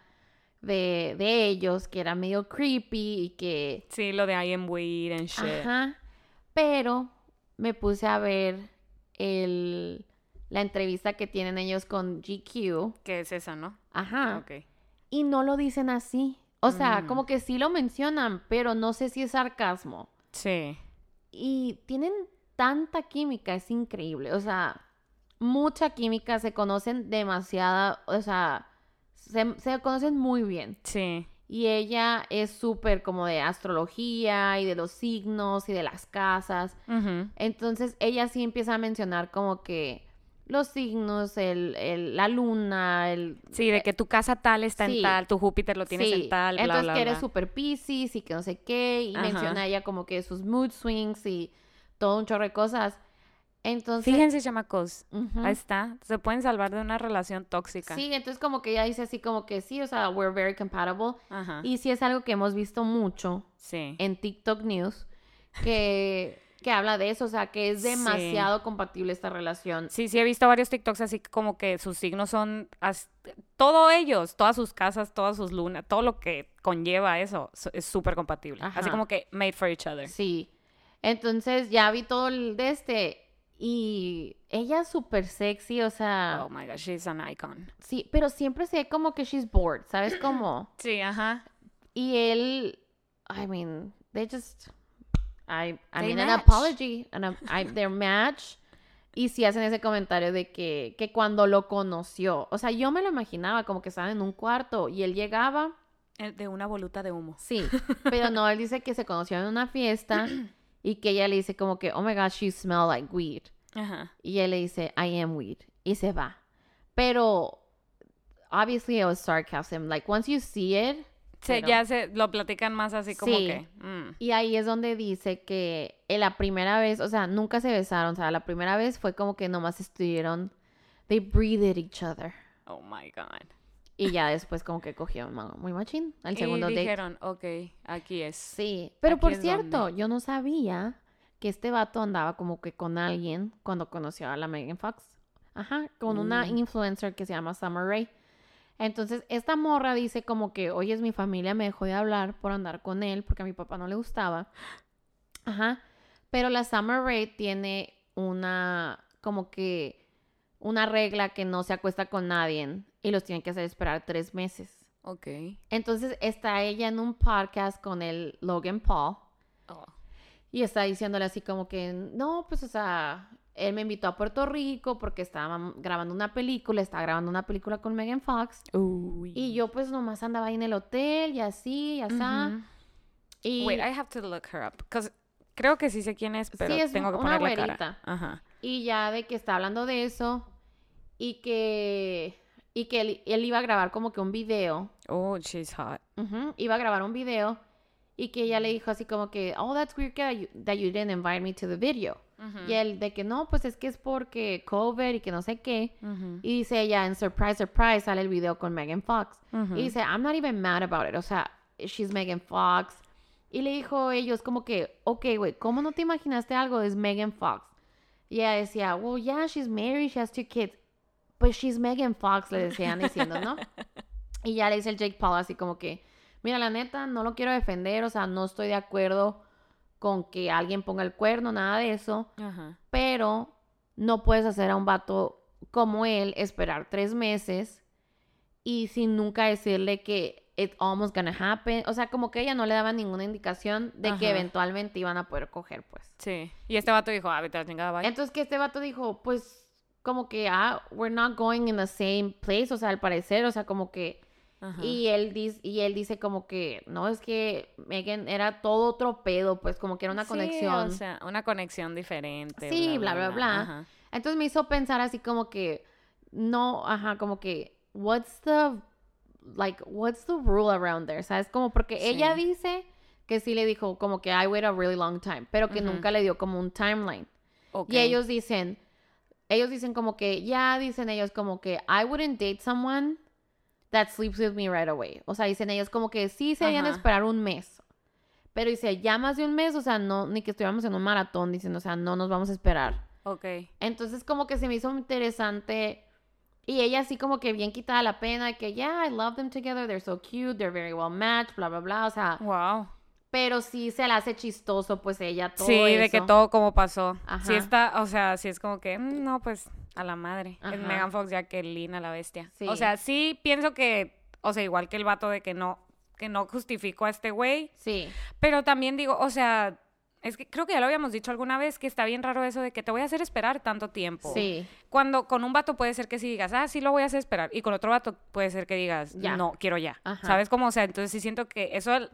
A: de, de ellos que era medio creepy y que
B: Sí, lo de I am weird and shit.
A: ajá, pero me puse a ver el la entrevista que tienen ellos con GQ,
B: ¿Qué es esa, no?
A: ajá
B: Ok.
A: y no lo dicen así. O sea,
B: Mm.
A: como que sí lo mencionan, pero no sé si es sarcasmo.
B: Sí.
A: Y tienen tanta química, es increíble. O sea, mucha química, se conocen demasiada, o sea, se, se conocen muy bien.
B: Sí.
A: Y ella es súper como de astrología y de los signos y de las casas.
B: Ujú.
A: Entonces ella sí empieza a mencionar como que los signos, el, el- la luna, el
B: Sí, de que tu casa tal está
A: Eh, Sí.
B: en tal, tu Júpiter lo tienes
A: Sí,
B: en tal, bla,
A: entonces
B: bla,
A: que eres
B: bla.
A: super piscis y que no sé qué, y
B: Ajá.
A: menciona ella como que sus mood swings y todo un chorro de cosas. Entonces,
B: Fíjense, chamacos.
A: ujú.
B: Ahí está. Se pueden salvar de una relación tóxica.
A: sí, entonces como que ella dice así como que sí, o sea, we're very compatible.
B: Ajá.
A: Y sí es algo que hemos visto mucho
B: Sí.
A: en TikTok News, que, que habla de eso, o sea, que es
B: Sí.
A: demasiado compatible esta relación.
B: Sí, sí, he visto varios TikToks así como que sus signos son as- todo ellos, todas sus casas, todas sus lunas, todo lo que conlleva eso so- es súper compatible.
A: Ajá.
B: Así como que made for each other.
A: Sí. Entonces ya vi todo el de este y ella es súper sexy, o sea...
B: Oh my gosh, she's an icon.
A: Sí, pero siempre se ve como que she's bored, ¿sabes cómo?
B: Sí, ajá.
A: Y él, I mean, they just I, I
B: They
A: mean, an
B: match.
A: apology. An, ap- I- their match. Y si hacen ese comentario de que, que cuando lo conoció, o sea, yo me lo imaginaba como que estaban en un cuarto y él llegaba,
B: Eh, De una voluta de humo.
A: sí, pero no, él dice que se conocieron en una fiesta y que ella le dice como que, oh my gosh, you smell like weed.
B: Ajá.
A: Y él le dice, I am weed. Y se va. Pero, obviously it was sarcasm. Like, once you see it.
B: Se-
A: Pero-
B: Ya se lo platican más así como
A: Sí.
B: que. mm.
A: Y ahí es donde dice que en la primera vez, o sea, nunca se besaron. O sea, la primera vez fue como que nomás estuvieron. They breathed each other.
B: Oh my God.
A: Y ya después, como que cogieron ma- muy machín. El segundo
B: y
A: date.
B: dijeron, ok, aquí es.
A: Sí. Pero
B: aquí
A: por
B: es
A: cierto,
B: donde-
A: yo no sabía que este vato andaba como que con alguien cuando conoció a la Megan Fox. Ajá, con una
B: Mm.
A: influencer que se llama Summer Rae. Entonces, esta morra dice como que, oye, mi familia me dejó de hablar por andar con él porque a mi papá no le gustaba. Ajá. Pero la Summer Rae tiene una, como que, una regla que no se acuesta con nadie y los tienen que hacer esperar tres meses.
B: Ok.
A: Entonces, está ella en un podcast con el Logan Paul.
B: Oh.
A: Y está diciéndole así como que, no, pues, o sea, él me invitó a Puerto Rico porque estaba grabando una película, estaba grabando una película con Megan Fox.
B: Uy.
A: Y yo, pues, nomás andaba ahí en el hotel y así, y así.
B: Ujú.
A: Y,
B: Wait, I have to look her up. 'cause creo que sí sé quién es, pero
A: es
B: tengo que
A: una
B: poner la cara.
A: güerita.
B: Ajá.
A: y ya de que está hablando de eso y que, y que él, él iba a grabar como que un video.
B: Oh, she's hot.
A: Ujú, Iba a grabar un video y que ella le dijo así como que, oh, that's weird that you, that you didn't invite me to the video. Y él de que no, pues es que es porque COVID y que no sé qué.
B: Ujú.
A: Y dice ella, en Surprise, Surprise, sale el video con Megan Fox.
B: Ujú.
A: Y dice, I'm not even mad about it. O sea, she's Megan Fox. Y le dijo ellos como que, ok, güey, ¿cómo no te imaginaste algo? Es Megan Fox. Y ella decía, well, yeah, she's married, she has two kids. But she's Megan Fox, le decían diciendo, ¿no? y ya le dice el Jake Paul así como que, mira, la neta, no lo quiero defender. O sea, no estoy de acuerdo con que alguien ponga el cuerno, nada de eso
B: Ajá.
A: pero no puedes hacer a un vato como él esperar tres meses y sin nunca decirle que it almost gonna happen. O sea, como que ella no le daba ninguna indicación de que
B: Ajá.
A: eventualmente iban a poder coger, pues.
B: Sí. Y este vato dijo, ah, vete a la chingada, bye.
A: Entonces que este vato dijo, pues, como que, ah, we're not going in the same place, o sea, al parecer, o sea, como que...
B: Ajá.
A: Y él, dice, y él dice como que, no, es que Megan era todo otro pedo, pues, como que era una
B: Sí,
A: conexión.
B: o sea, una conexión diferente.
A: Sí, bla, bla, bla.
B: Ajá.
A: Entonces me hizo pensar así como que no, ajá, como que what's the like what's the rule around there, ¿sabes? Como porque ella
B: Sí.
A: dice que sí le dijo como que I wait a really long time, pero que
B: Ujú.
A: nunca le dio como un timeline.
B: Ok.
A: Y ellos dicen ellos dicen como que ya dicen ellos como que I wouldn't date someone that sleeps with me right away. O sea, dicen ellos como que sí se debían
B: Ajá.
A: esperar un mes. Pero dice, ya más de un mes, o sea, no, ni que estuviéramos en un maratón, dicen, o sea, no nos vamos a esperar.
B: Ok.
A: Entonces como que se me hizo interesante y ella así como que bien quitada la pena que yeah, I love them together, they're so cute, they're very well matched, bla bla bla, o sea,
B: Wow.
A: pero sí se la hace chistoso pues ella todo
B: Sí, de que
A: eso.
B: todo como pasó.
A: Ajá.
B: Sí está, o sea, sí es como que, mm, no, pues, a la madre.
A: Ajá.
B: Es Megan Fox, Jacqueline, a la bestia.
A: Sí.
B: O sea, sí pienso que, o sea, igual que el vato de que no, que no justificó a este güey,
A: Sí.
B: pero también digo, o sea, es que creo que ya lo habíamos dicho alguna vez, que está bien raro eso de que te voy a hacer esperar tanto tiempo.
A: Sí.
B: Cuando con un vato puede ser que sí digas, ah, sí lo voy a hacer esperar. Y con otro vato puede ser que digas,
A: Ya.
B: no, quiero ya.
A: Ajá.
B: ¿Sabes cómo? O sea, entonces sí siento que eso, el-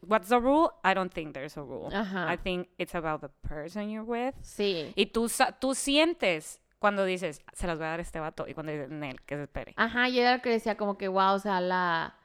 B: what's the rule? I don't think there's a rule.
A: Ajá.
B: I think it's about the person you're with.
A: Sí.
B: Y tú, sa- tú sientes cuando dices, se las voy a dar a este vato. Y cuando dices, Nel, que se espere.
A: Ajá, y era lo que decía como que wow, o sea, la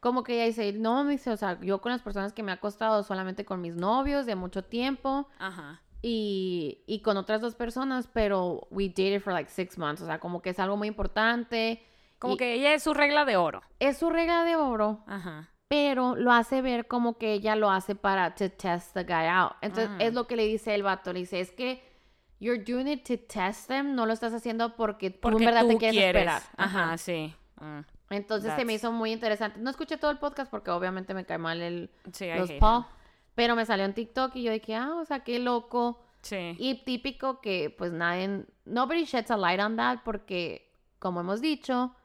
A: como que ella dice, "No, me dice, o sea, yo con las personas que me ha costado solamente con mis novios de mucho tiempo."
B: Ajá.
A: y, y con otras dos personas, pero we dated for like six months. O sea, como que es algo muy importante.
B: Como
A: Y
B: que ella es su regla de oro.
A: Es su regla de oro,
B: Ajá.
A: pero lo hace ver como que ella lo hace para to test the guy out. Entonces,
B: Ah.
A: es lo que le dice el vato. Le dice, es que you're doing it to test them. No lo estás haciendo porque tú
B: Porque
A: en verdad
B: tú
A: te quieres,
B: quieres.
A: esperar.
B: Ajá, sí. Mm.
A: Entonces, se me
B: That's-
A: hizo muy interesante. No escuché todo el podcast porque obviamente me cae mal el,
B: Sí, I
A: los
B: hate
A: Paul.
B: him.
A: Pero me salió en TikTok y yo dije, ah, o sea, qué loco.
B: Sí.
A: Y típico que pues nadie, nobody sheds a light on that porque, como hemos dicho,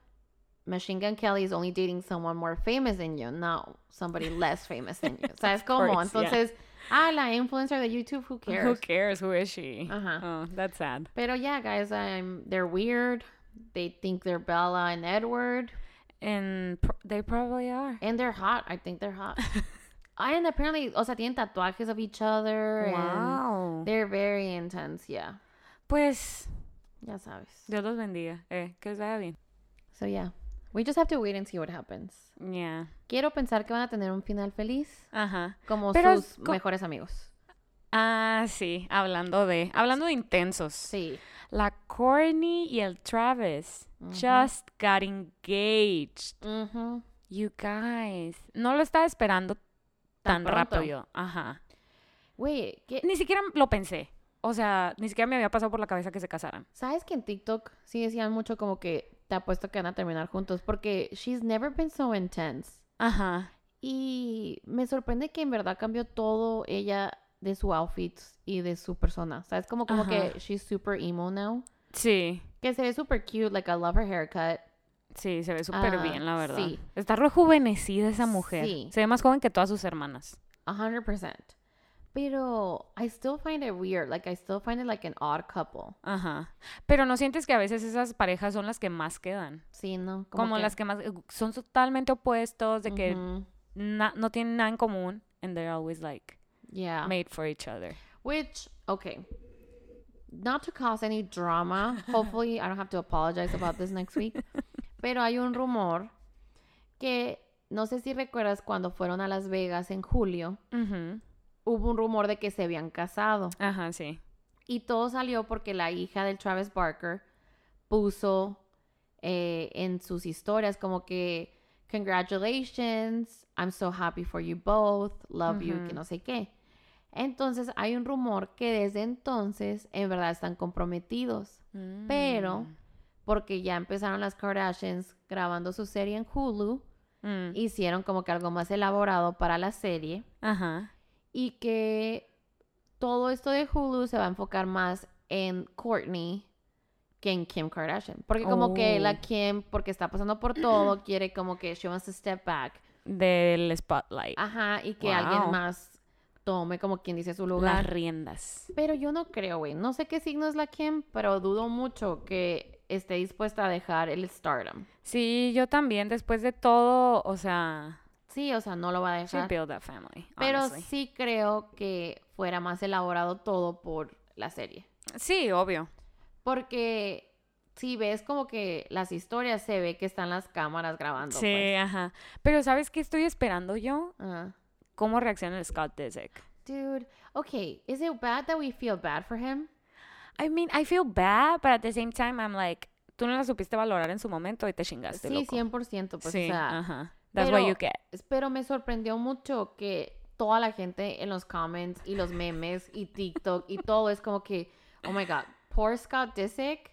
A: Machine Gun Kelly is only dating someone more famous than you, not somebody less famous than you. O sea, es como,
B: course, yeah.
A: entonces, Ah, la influencer de YouTube, who cares?
B: Who cares? Who is she?
A: Ajá.
B: Oh, that's sad.
A: Pero yeah, guys, I'm, they're weird. They think they're Bella and Edward.
B: And pr- they probably are.
A: And they're hot. I think they're hot. and apparently, o sea, tienen tatuajes of each other.
B: Wow.
A: And they're very intense, yeah.
B: Pues
A: Ya sabes.
B: Dios los bendiga. Eh, que les vaya bien.
A: So yeah, we just have to wait and see what happens.
B: Yeah.
A: Quiero pensar que van a tener un final feliz
B: Ajá.
A: como
B: Pero es
A: sus
B: co-
A: mejores amigos.
B: Ah, sí. Hablando de. Hablando de intensos.
A: Sí.
B: La Courtney y el Travis just got engaged.
A: Ujú.
B: You guys. No lo estaba esperando
A: Tan
B: tan,
A: pronto.
B: rápido. Ajá.
A: Güey, ¿qué-
B: Ni siquiera lo pensé. O sea, ni siquiera me había pasado por la cabeza que se casaran.
A: ¿Sabes que en TikTok sí decían mucho como que te apuesto que van a terminar juntos? Porque she's never been so intense.
B: Ajá.
A: Y me sorprende que en verdad cambió todo ella de su outfit y de su persona. ¿Sabes? Como, como
B: Ajá.
A: que she's super emo now.
B: Sí.
A: Que se ve super cute, like I love her haircut.
B: Sí, se ve súper
A: Ah,
B: bien, la verdad.
A: sí.
B: Está rejuvenecida esa mujer.
A: Sí.
B: Se ve más joven que todas sus hermanas.
A: 100%. Pero I still find it weird. Like I still find it like an odd couple.
B: Ajá. Pero no sientes que a veces esas parejas son las que más quedan.
A: Sí, ¿no?
B: Como, las que más. eh, Son totalmente opuestos, de que
A: Ujú.
B: na- no tienen nada en común. And they're always like
A: Yeah.
B: made for each other.
A: Which, okay. Not to cause any drama. Hopefully, I don't have to apologize about this next week. Pero hay un rumor que no sé si recuerdas cuando fueron a Las Vegas en julio.
B: Ujú.
A: Hubo un rumor de que se habían casado.
B: Ajá, sí.
A: Y todo salió porque la hija del Travis Barker puso eh, en sus historias como que. Congratulations, I'm so happy for you both, love you, que no sé qué. Entonces hay un rumor que desde entonces en verdad están comprometidos, pero porque ya empezaron las Kardashians grabando su serie en Hulu,
B: Mm.
A: hicieron como que algo más elaborado para la serie
B: Ajá.
A: y que todo esto de Hulu se va a enfocar más en Courtney que en Kim Kardashian. Porque como que
B: Oh.
A: la Kim, porque está pasando por todo, quiere como que she wants to step back.
B: Del spotlight.
A: Ajá, y que
B: Wow.
A: alguien más tome como quien dice su
B: Las
A: lugar.
B: riendas.
A: Pero yo no creo, güey. No sé qué signo es la Kim, pero dudo mucho que esté dispuesta a dejar el stardom.
B: Sí, yo también, después de todo, o sea,
A: Sí, o sea, no lo va a
B: she
A: dejar.
B: built that family.
A: pero
B: honestly.
A: sí creo que fuera más elaborado todo por la serie.
B: Sí, obvio.
A: Porque si ves como que las historias se ve que están las cámaras grabando.
B: sí,
A: pues.
B: ajá. Pero ¿sabes qué estoy esperando yo?
A: Ajá.
B: ¿Cómo reacciona el Scott Disick?
A: Dude, okay, is it bad that we feel bad for him?
B: I mean, I feel bad, but at the same time I'm like, tú no la supiste valorar en su momento y te chingaste,
A: sí,
B: loco.
A: 100%, pues
B: sí,
A: o sea,
B: ajá. That's
A: pero-
B: what you get.
A: pero me sorprendió mucho que toda la gente en los comments y los memes y TikTok y todo es como que, oh my god, poor Scott Disick.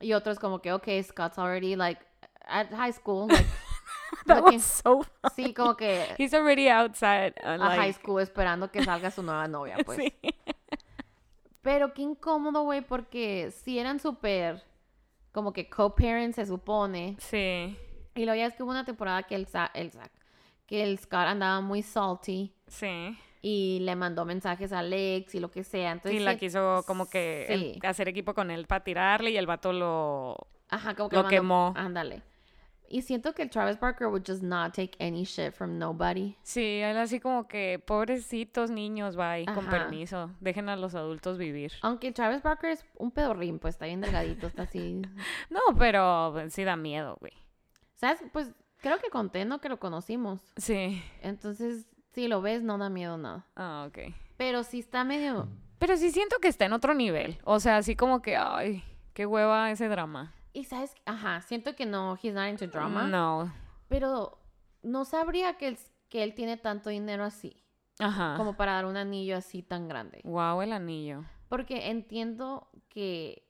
A: Y otros como que, okay, Scott's already like at high school. Like,
B: That
A: looking-
B: was so fun.
A: sí, como que
B: He's already outside. uh,
A: a high
B: like,
A: school esperando que salga su nueva novia, pues.
B: sí.
A: Pero qué incómodo, güey, porque si eran súper como que co-parents se supone.
B: sí.
A: Y luego ya es que hubo una temporada que el, Sa- el Zac- que el Scott andaba muy salty
B: Sí.
A: y le mandó mensajes a Lex y lo que sea. Entonces,
B: y la
A: sí-
B: quiso como que el-
A: sí.
B: hacer equipo con él para tirarle y el vato lo...
A: Ajá, como que
B: lo
A: le mandó-
B: quemó.
A: Ándale. Y siento que el Travis Barker would just not take any shit from nobody.
B: Sí, él así como que, pobrecitos niños, bye, con
A: Ajá.
B: permiso, dejen a los adultos vivir.
A: Aunque el Travis Barker es un pedorrín, pues está bien delgadito, está así.
B: No, pero pues, sí da miedo, güey.
A: ¿Sabes? Pues creo que conté, ¿no? Que lo conocimos.
B: Sí.
A: Entonces, si lo ves, no da miedo nada.
B: Ah, ok.
A: Pero sí está medio.
B: Pero sí siento que está en otro nivel. O sea, así como que, ay, qué hueva ese drama.
A: Y sabes, que- ajá, siento que no, he's not into drama.
B: No.
A: Pero no sabría que él, que él tiene tanto dinero así,
B: Ajá.
A: como para dar un anillo así tan grande.
B: Wow, el anillo.
A: Porque entiendo que,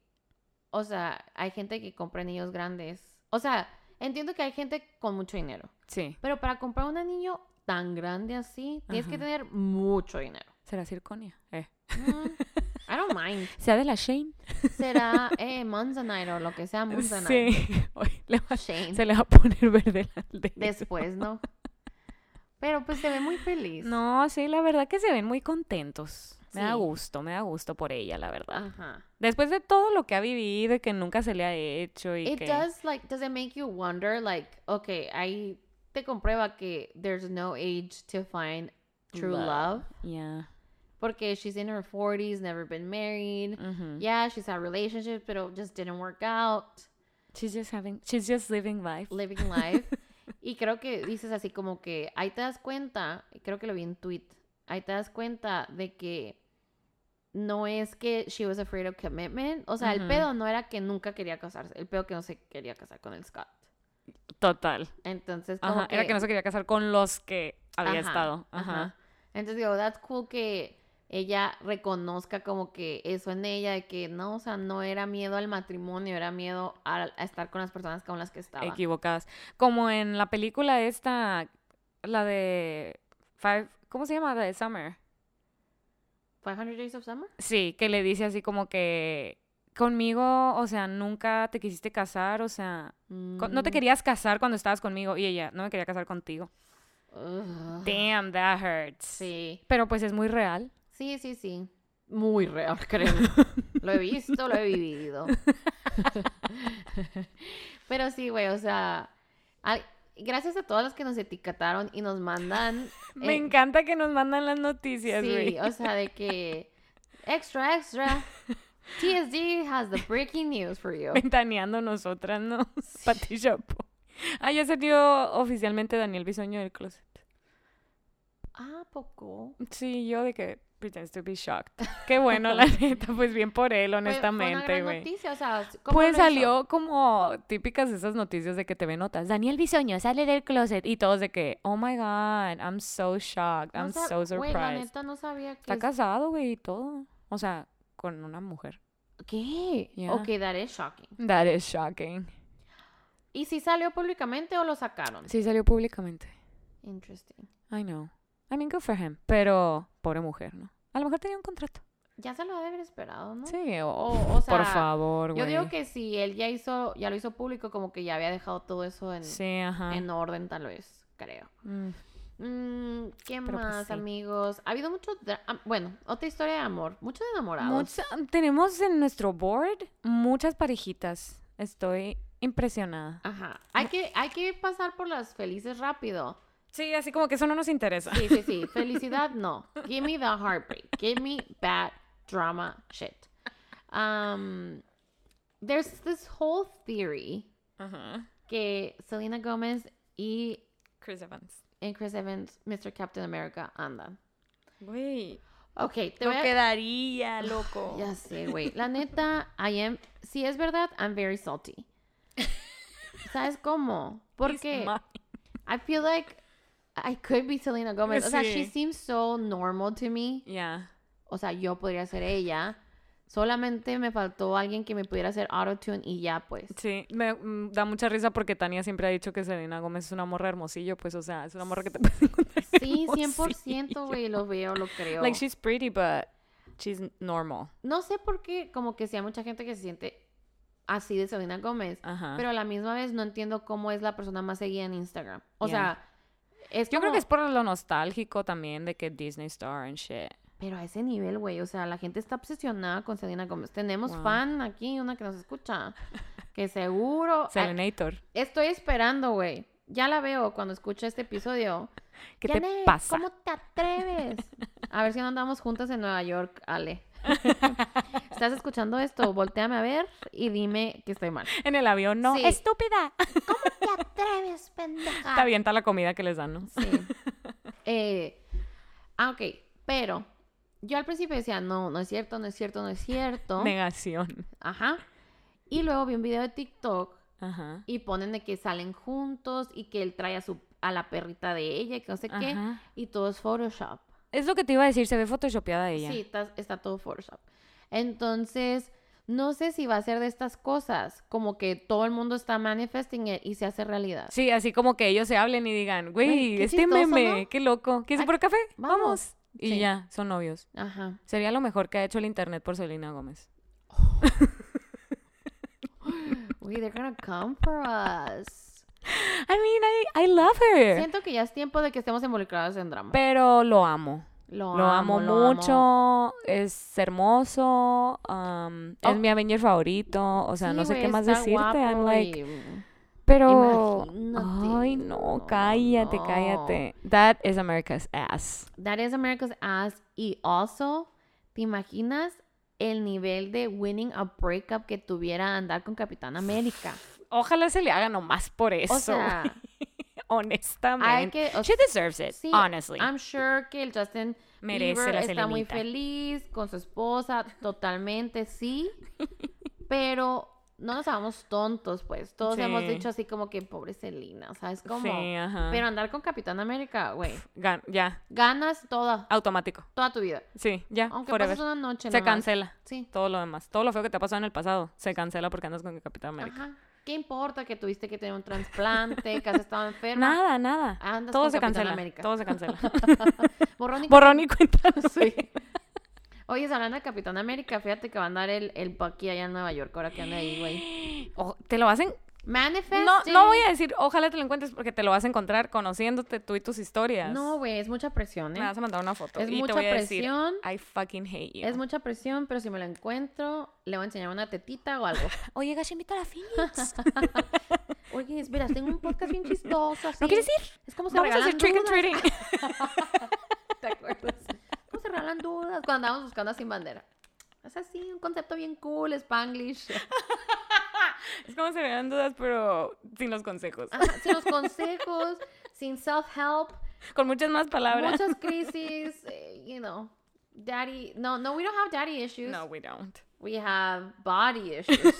A: o sea, hay gente que compra anillos grandes. O sea, entiendo que hay gente con mucho dinero.
B: Sí.
A: Pero para comprar un anillo tan grande así, tienes que
B: Ajá.
A: tener mucho dinero.
B: ¿Será Circonia? Eh.
A: Mm, I don't mind.
B: ¿Sea de la Shane?
A: Será eh, Monzonite o lo que sea Monzonite.
B: Sí. Oye, le va-
A: Shane.
B: se le va a poner verde la aldea.
A: Después, ¿no? Pero pues se ve muy feliz.
B: No, sí, la verdad que se ven muy contentos. Me da
A: Sí.
B: gusto, me da gusto por ella, la verdad.
A: Ajá.
B: Después de todo lo que ha vivido y que nunca se le ha hecho y
A: It
B: que...
A: does like does it make you wonder like okay, ahí te comprueba que there's no age to find true love.
B: Love. Yeah.
A: porque she's in her 40s, never been married.
B: Ujú.
A: Yeah, she's had relationships, but it just didn't work out,
B: She's just having... She's just living life.
A: living life. y creo que dices así como que ahí te das cuenta, y creo que lo vi en tweet, ahí te das cuenta de que no es que she was afraid of commitment, o sea, el
B: Ujú.
A: pedo no era que nunca quería casarse, el pedo que no se quería casar con el Scott.
B: Total.
A: Entonces, como
B: Ajá. Era que no se quería casar con los que había
A: Ajá,
B: estado. Ajá.
A: Ajá. Entonces digo, that's cool que ella reconozca como que eso en ella, de que no, o sea, no era miedo al matrimonio, era miedo a, a estar con las personas con las que estaba.
B: Equivocadas. Como en la película esta, la de... Five... ¿Cómo se llama? La de Summer.
A: 500 Days of Summer.
B: Sí, que le dice así como que... Conmigo, o sea, nunca te quisiste casar, o sea, Cu- No te
A: Mm.
B: querías casar cuando estabas conmigo y ella, no me quería casar contigo.
A: Ugh.
B: Damn, that hurts.
A: Sí,
B: Pero pues es muy real.
A: sí, sí, sí. Muy real, creo. lo he visto, lo he vivido. Pero sí, güey, o sea, al- gracias a todas las que nos etiquetaron y nos mandan
B: Me
A: eh,
B: encanta que nos mandan las noticias, güey.
A: Sí, o sea, de que extra, extra. TSD has the breaking news for you.
B: Ventaneando nosotras, ¿no? Pati Chapoy. Ah, ya salió oficialmente Daniel Bisoño del closet.
A: Ah, poco.
B: Sí, yo de que
A: pues,
B: pretends to be shocked. Qué bueno, la neta, pues bien por
A: Fue-
B: él,
A: fue una
B: honestamente,
A: gran
B: güey.
A: noticia, o sea, ¿cómo lo
B: Pues
A: hizo?
B: salió como típicas esas noticias de que te ven notas. Daniel Bisoño sale del closet y todos de que, oh my god, I'm so shocked,
A: No
B: I'm
A: sab-
B: so
A: Güey, la
B: surprised.
A: neta no sabía que.
B: Está casado, güey, y todo. O sea, con una mujer.
A: ¿Qué?
B: Yeah.
A: Ok, that is shocking.
B: That is shocking.
A: ¿Y si salió públicamente o lo sacaron?
B: Sí, salió públicamente.
A: Interesting.
B: I know. I mean, good for him. Pero, pobre mujer, ¿no? A lo mejor tenía un contrato.
A: Ya se lo ha de haber esperado, ¿no?
B: Sí, o,
A: O- o sea,
B: por favor, güey.
A: Yo digo que si él ya hizo, ya lo hizo público, como que ya había dejado todo eso en,
B: Sí, ajá.
A: en orden, tal vez, creo.
B: Mm,
A: Mm, ¿Qué
B: Pero, pues,
A: más,
B: sí.
A: amigos? Ha habido mucho. dra- ah, Bueno, otra historia de amor. Muchos enamorados.
B: mucha- tenemos en nuestro board muchas parejitas. Estoy impresionada.
A: Ajá. Hay que, hay que pasar por las felices rápido.
B: Sí, así como que eso no nos interesa.
A: Sí, sí, sí. Felicidad, no. Give me the heartbreak. Give me bad drama shit. Um, there's this whole theory
B: Ajá.
A: que Selena Gomez y,
B: Chris Evans.
A: y Chris Evans, Mr. Captain America, andan.
B: Güey.
A: Ok, te
B: Lo
A: voy a...
B: quedaría, loco.
A: Ya sé, güey. La neta, I am. Si es verdad, I'm very salty. ¿Sabes cómo? Porque I feel like I could be Selena Gomez. O sea, she
B: Sí.
A: seems so normal to me.
B: Ya.
A: O sea, yo podría ser ella. Solamente me faltó alguien que me pudiera hacer autotune y ya, pues.
B: Sí, me mm, da mucha risa porque Tania siempre ha dicho que Selena Gómez es una morra hermosillo, pues, o sea, es una morra que te puedes encontrar.
A: Sí, 100%,
B: hermosillo.
A: güey, lo veo, lo creo.
B: Like, she's pretty, but she's normal.
A: No sé por qué, como que sí hay mucha gente que se siente así de Selena Gómez.
B: Ajá.
A: Pero a la misma vez no entiendo cómo es la persona más seguida en Instagram. O
B: Ya.
A: sea, es
B: Yo creo que
A: como-
B: es por lo nostálgico también de que Disney Star and shit.
A: Pero a ese nivel, güey. O sea, la gente está obsesionada con Selena Gómez. Tenemos
B: Wow.
A: fan aquí, una que nos escucha. Que seguro...
B: Selenator,
A: Ay, estoy esperando, güey. Ya la veo cuando escucho este episodio.
B: ¿qué te
A: Janet,
B: pasa?
A: ¿Cómo te atreves? A ver si no andamos juntas en Nueva York, Ale. ¿Estás escuchando esto? Voltéame a ver y dime que estoy mal.
B: En el avión, no.
A: Sí. Ah.
B: ¡Estúpida!
A: ¿Te atreves, pendeja?
B: Te avienta la comida que les dan, ¿no?
A: Sí. Eh, ah, ok. Pero yo al principio decía, no, no es cierto, no es cierto, no es cierto.
B: Negación.
A: Ajá. Y luego vi un video de TikTok
B: Ajá.
A: y ponen de que salen juntos y que él trae a, su, a la perrita de ella, que no sé qué.
B: Ajá.
A: Y todo es Photoshop.
B: Es lo que te iba a decir, se ve photoshopeada ella.
A: Sí, está, está todo Photoshop. Entonces, no sé si va a ser de estas cosas, como que todo el mundo está manifesting it y se hace realidad.
B: Sí, así como que ellos se hablen y digan,
A: Güey,
B: güey,
A: qué
B: este
A: chistoso,
B: meme,
A: ¿no?
B: qué loco. ¿Quieres
A: Ay,
B: por café?
A: vamos.
B: Vamos. Y
A: Sí.
B: ya, son novios.
A: Ajá.
B: Sería lo mejor que ha hecho el internet por Selena Gómez.
A: Wait, they're gonna come for us.
B: I mean, I, I love her.
A: Siento que ya es tiempo de que estemos involucradas en drama.
B: Pero lo amo.
A: Lo,
B: Lo amo,
A: lo
B: mucho. Es hermoso. um,
A: Oh.
B: Es mi Avenger favorito. O sea,
A: Sí,
B: no sé
A: güey,
B: qué más
A: está
B: decirte.
A: guapo
B: I'm like,
A: y-
B: pero.
A: Imagínate.
B: Ay,
A: No,
B: no, cállate,
A: no.
B: cállate. That is America's ass.
A: That is America's ass. Y also, ¿te imaginas el nivel de winning a breakup que tuviera andar con Capitán América?
B: Ojalá se le haga nomás por eso.
A: O sea,
B: honestamente.
A: hay que. o
B: She deserves it,
A: Sí,
B: Eh, honestly.
A: I'm sure que el Justin
B: Merece
A: Bieber
B: la
A: está muy
B: selenita.
A: feliz con su esposa, totalmente sí, pero no nos hagamos tontos, pues. Todos
B: Sí.
A: hemos dicho así como que pobre Selena, ¿sabes cómo?
B: Sí, ajá.
A: Pero andar con Capitán América, güey,
B: Gan- ya,
A: ganas toda,
B: automático.
A: toda tu vida.
B: Sí, ya,
A: Aunque
B: forever.
A: pases una noche
B: Se
A: nomás.
B: cancela
A: Sí.
B: todo lo demás. Todo lo feo que te ha pasado en el pasado se cancela porque andas con Capitán América.
A: Ajá. ¿Qué importa que tuviste que tener un trasplante, que has estado enferma?
B: Nada, nada.
A: Andas
B: todo
A: con
B: se
A: Capitán
B: cancela.
A: América.
B: Todo se cancela.
A: Borrón y
B: Borrón y cuenta.
A: Sí. Oye, hablando de Capitán América, fíjate que va a andar el, el Bucky allá en Nueva York, ahora que anda ahí, güey.
B: O- te lo hacen.
A: Manifesting.
B: No, no voy a decir, ojalá te lo encuentres porque te lo vas a encontrar conociéndote tú y tus historias.
A: No, güey, es mucha presión,
B: Me
A: ¿eh?
B: vas a mandar una foto.
A: Es
B: y
A: mucha
B: te voy a
A: presión.
B: Decir, I fucking hate you.
A: Es mucha presión, pero si me lo encuentro, le voy a enseñar una tetita o algo.
B: Oye, Gash, invita a la Phoenix.
A: Oye, mira, tengo un podcast bien chistoso. Así.
B: ¿No quieres ir?
A: Es como se
B: Vamos a hacer
A: regalan
B: trick and
A: dudas.
B: treating.
A: ¿Te acuerdas? ¿Cómo se regalan dudas cuando andábamos buscando a sin bandera? Es así, un concepto bien cool, Spanglish.
B: es como se me dan dudas, pero sin los consejos.
A: Ajá, sin los consejos, sin self-help,
B: Con muchas más palabras.
A: muchas crisis, eh, you know. Daddy, no, no, we don't have daddy issues.
B: No, we don't.
A: We have body issues.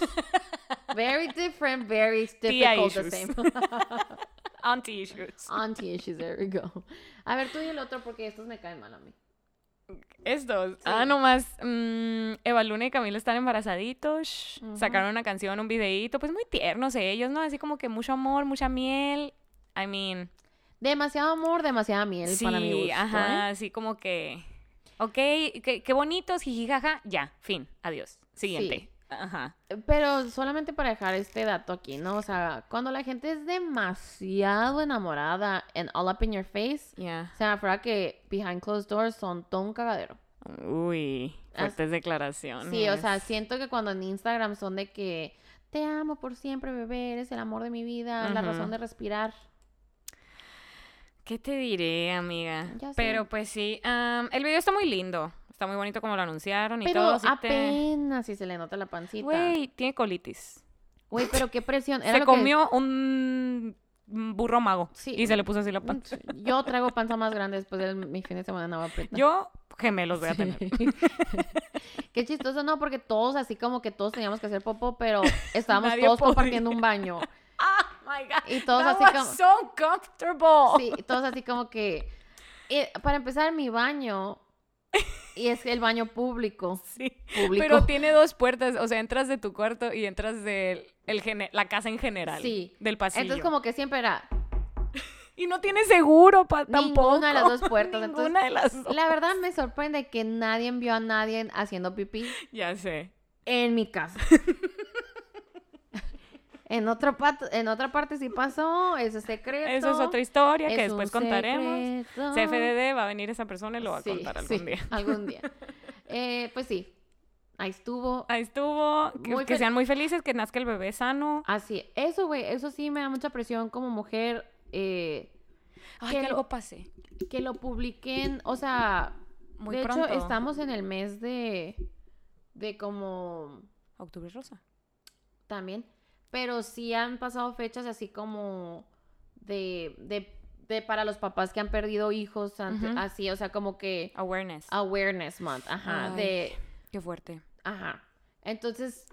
A: very different, very difficult, the
B: issues.
A: same.
B: Auntie issues.
A: Auntie issues, there we go. A ver, tú y el otro, porque estos me caen mal a mí.
B: Estos. Ah, nomás. mm, Eva Luna y Camila están embarazaditos. Sacaron una canción, un videíto. Pues muy tiernos ellos, ¿no? Así como que mucho amor, mucha miel. I mean.
A: Demasiado amor, demasiada miel
B: sí,
A: para mi gusto.
B: ajá.
A: ¿eh?
B: Así como que. Ok, qué, qué bonitos, jijijaja. Ya, fin. Adiós. Siguiente.
A: Sí.
B: Ajá.
A: Pero solamente para dejar este dato aquí, ¿no? O sea, cuando la gente es demasiado enamorada and all up in your face,
B: Ya.
A: se me afuera que behind closed doors son todo un cagadero.
B: Uy.
A: As-
B: Fuertes declaraciones.
A: Ah, Sí, o sea, siento que cuando en Instagram son de que te amo por siempre, bebé, eres el amor de mi vida, la
B: Ujú.
A: razón de respirar.
B: ¿Qué te diré, amiga?
A: Ya sé.
B: Pero pues sí, am, el video está muy lindo. Está muy bonito como lo anunciaron y
A: Pero
B: todo. sí te-
A: apenas si se le nota la pancita. Güey,
B: Güey, tiene colitis.
A: pero qué presión. Era
B: Se
A: lo que-
B: comió un burro mago
A: Sí. Mm.
B: y se le puso así la panza.
A: Yo traigo panza más grande después de mi fin de semana no va a apretar.
B: Yo gemelos voy a tener.
A: Qué chistoso, no, porque todos así como que todos teníamos que hacer popó, pero estábamos
B: Nadie
A: todos
B: podía.
A: compartiendo un baño.
B: ¡Ah, my God!
A: Y todos
B: That
A: así
B: was
A: como-
B: so uncomfortable.
A: Sí, todos así como que... eh, para empezar, mi baño, y es el baño público.
B: Sí.
A: Público.
B: Pero tiene dos puertas, o sea, entras de tu cuarto y entras de el gene- la casa en general,
A: Sí.
B: del pasillo.
A: Entonces como que siempre era...
B: Y no tiene seguro pa-
A: Ninguna
B: tampoco.
A: de las dos puertas, entonces-
B: Ninguna de las dos.
A: La verdad me sorprende que nadie vio a nadie haciendo pipí
B: Ya sé.
A: en mi casa. en, otro pat- en otra parte sí pasó, eso es secreto.
B: Esa es otra historia
A: es
B: que después
A: un
B: contaremos.
A: secreto.
B: CFDD va a venir esa persona y lo va a
A: Sí,
B: contar algún
A: sí,
B: día.
A: algún día. Eh, pues sí, ahí estuvo.
B: Ahí estuvo. Que,
A: Muy
B: que
A: fel-
B: sean muy felices, que nazca el bebé sano.
A: Así, eso, güey, eso sí me da mucha presión como mujer eh,
B: Ay,
A: que
B: que,
A: lo-
B: algo pase.
A: que lo publiquen, o sea,
B: Muy
A: de
B: pronto.
A: hecho estamos en el mes de, de como,
B: Octubre rosa.
A: también, pero sí han pasado fechas así como de, de, de para los papás que han perdido hijos, ante-
B: Ujú.
A: así, o sea, como que
B: Awareness.
A: Ah. Awareness Month, ajá,
B: Ay.
A: de
B: Qué fuerte.
A: Ajá. Entonces,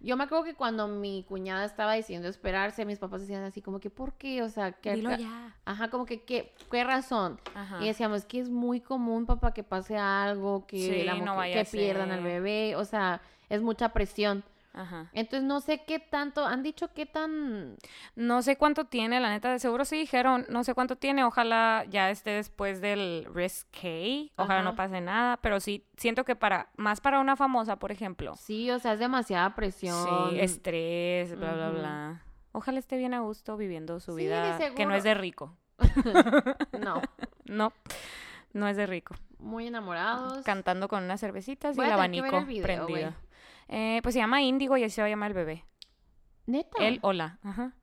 A: yo me acuerdo que cuando mi cuñada estaba diciendo esperarse, mis papás decían así como que, ¿por qué? O sea, que...
B: Dilo ya.
A: Ajá, como que, ¿qué, qué razón?
B: Ajá.
A: Y decíamos que es muy común, papá, que pase algo, que,
B: Sí,
A: la
B: no
A: mujer-
B: vaya
A: que
B: a
A: pierdan
B: ser.
A: al bebé, o sea, es mucha presión.
B: Ajá.
A: Entonces, no sé qué tanto, han dicho qué tan...
B: No sé cuánto tiene, la neta, de seguro sí dijeron, no sé cuánto tiene, ojalá ya esté después del risque, ojalá
A: Ajá.
B: no pase nada, pero sí siento que para, más para una famosa, por ejemplo,
A: Sí, o sea, es demasiada presión.
B: Sí, estrés, bla, bla,
A: Ujú.
B: bla. Ojalá esté bien a gusto viviendo su
A: Sí, de
B: vida, que no
A: seguro.
B: es de rico.
A: No,
B: No, no es de rico.
A: muy enamorados.
B: Cantando con unas cervecitas y
A: Oh, Voy
B: el
A: a tener que ver
B: abanico
A: el video, güey.
B: prendido. Eh, pues se llama Índigo y así se va a llamar el bebé.
A: Neta,
B: Él o la. Ajá.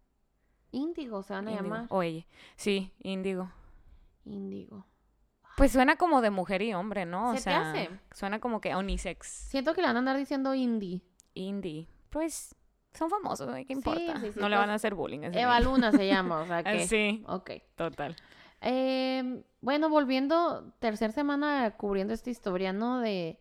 A: índigo se Ah. van a
B: Índigo,
A: llamar.
B: O ella. Sí, Índigo.
A: Índigo.
B: Pues suena como de mujer y hombre, ¿no? O
A: ¿Se te
B: sea,
A: hace?
B: suena como que unisex.
A: Siento que le van a andar diciendo indie.
B: Indie. Pues son famosos, ¿eh?
A: Sí,
B: ¿qué importa?
A: sí, sí,
B: no le
A: pues,
B: van a hacer bullying. a ese
A: Eva
B: niño.
A: Luna se llama, o sea
B: Ah,
A: que...
B: Sí,
A: Ok.
B: total.
A: Eh, bueno, volviendo, tercer semana cubriendo esta historia, ¿no? De,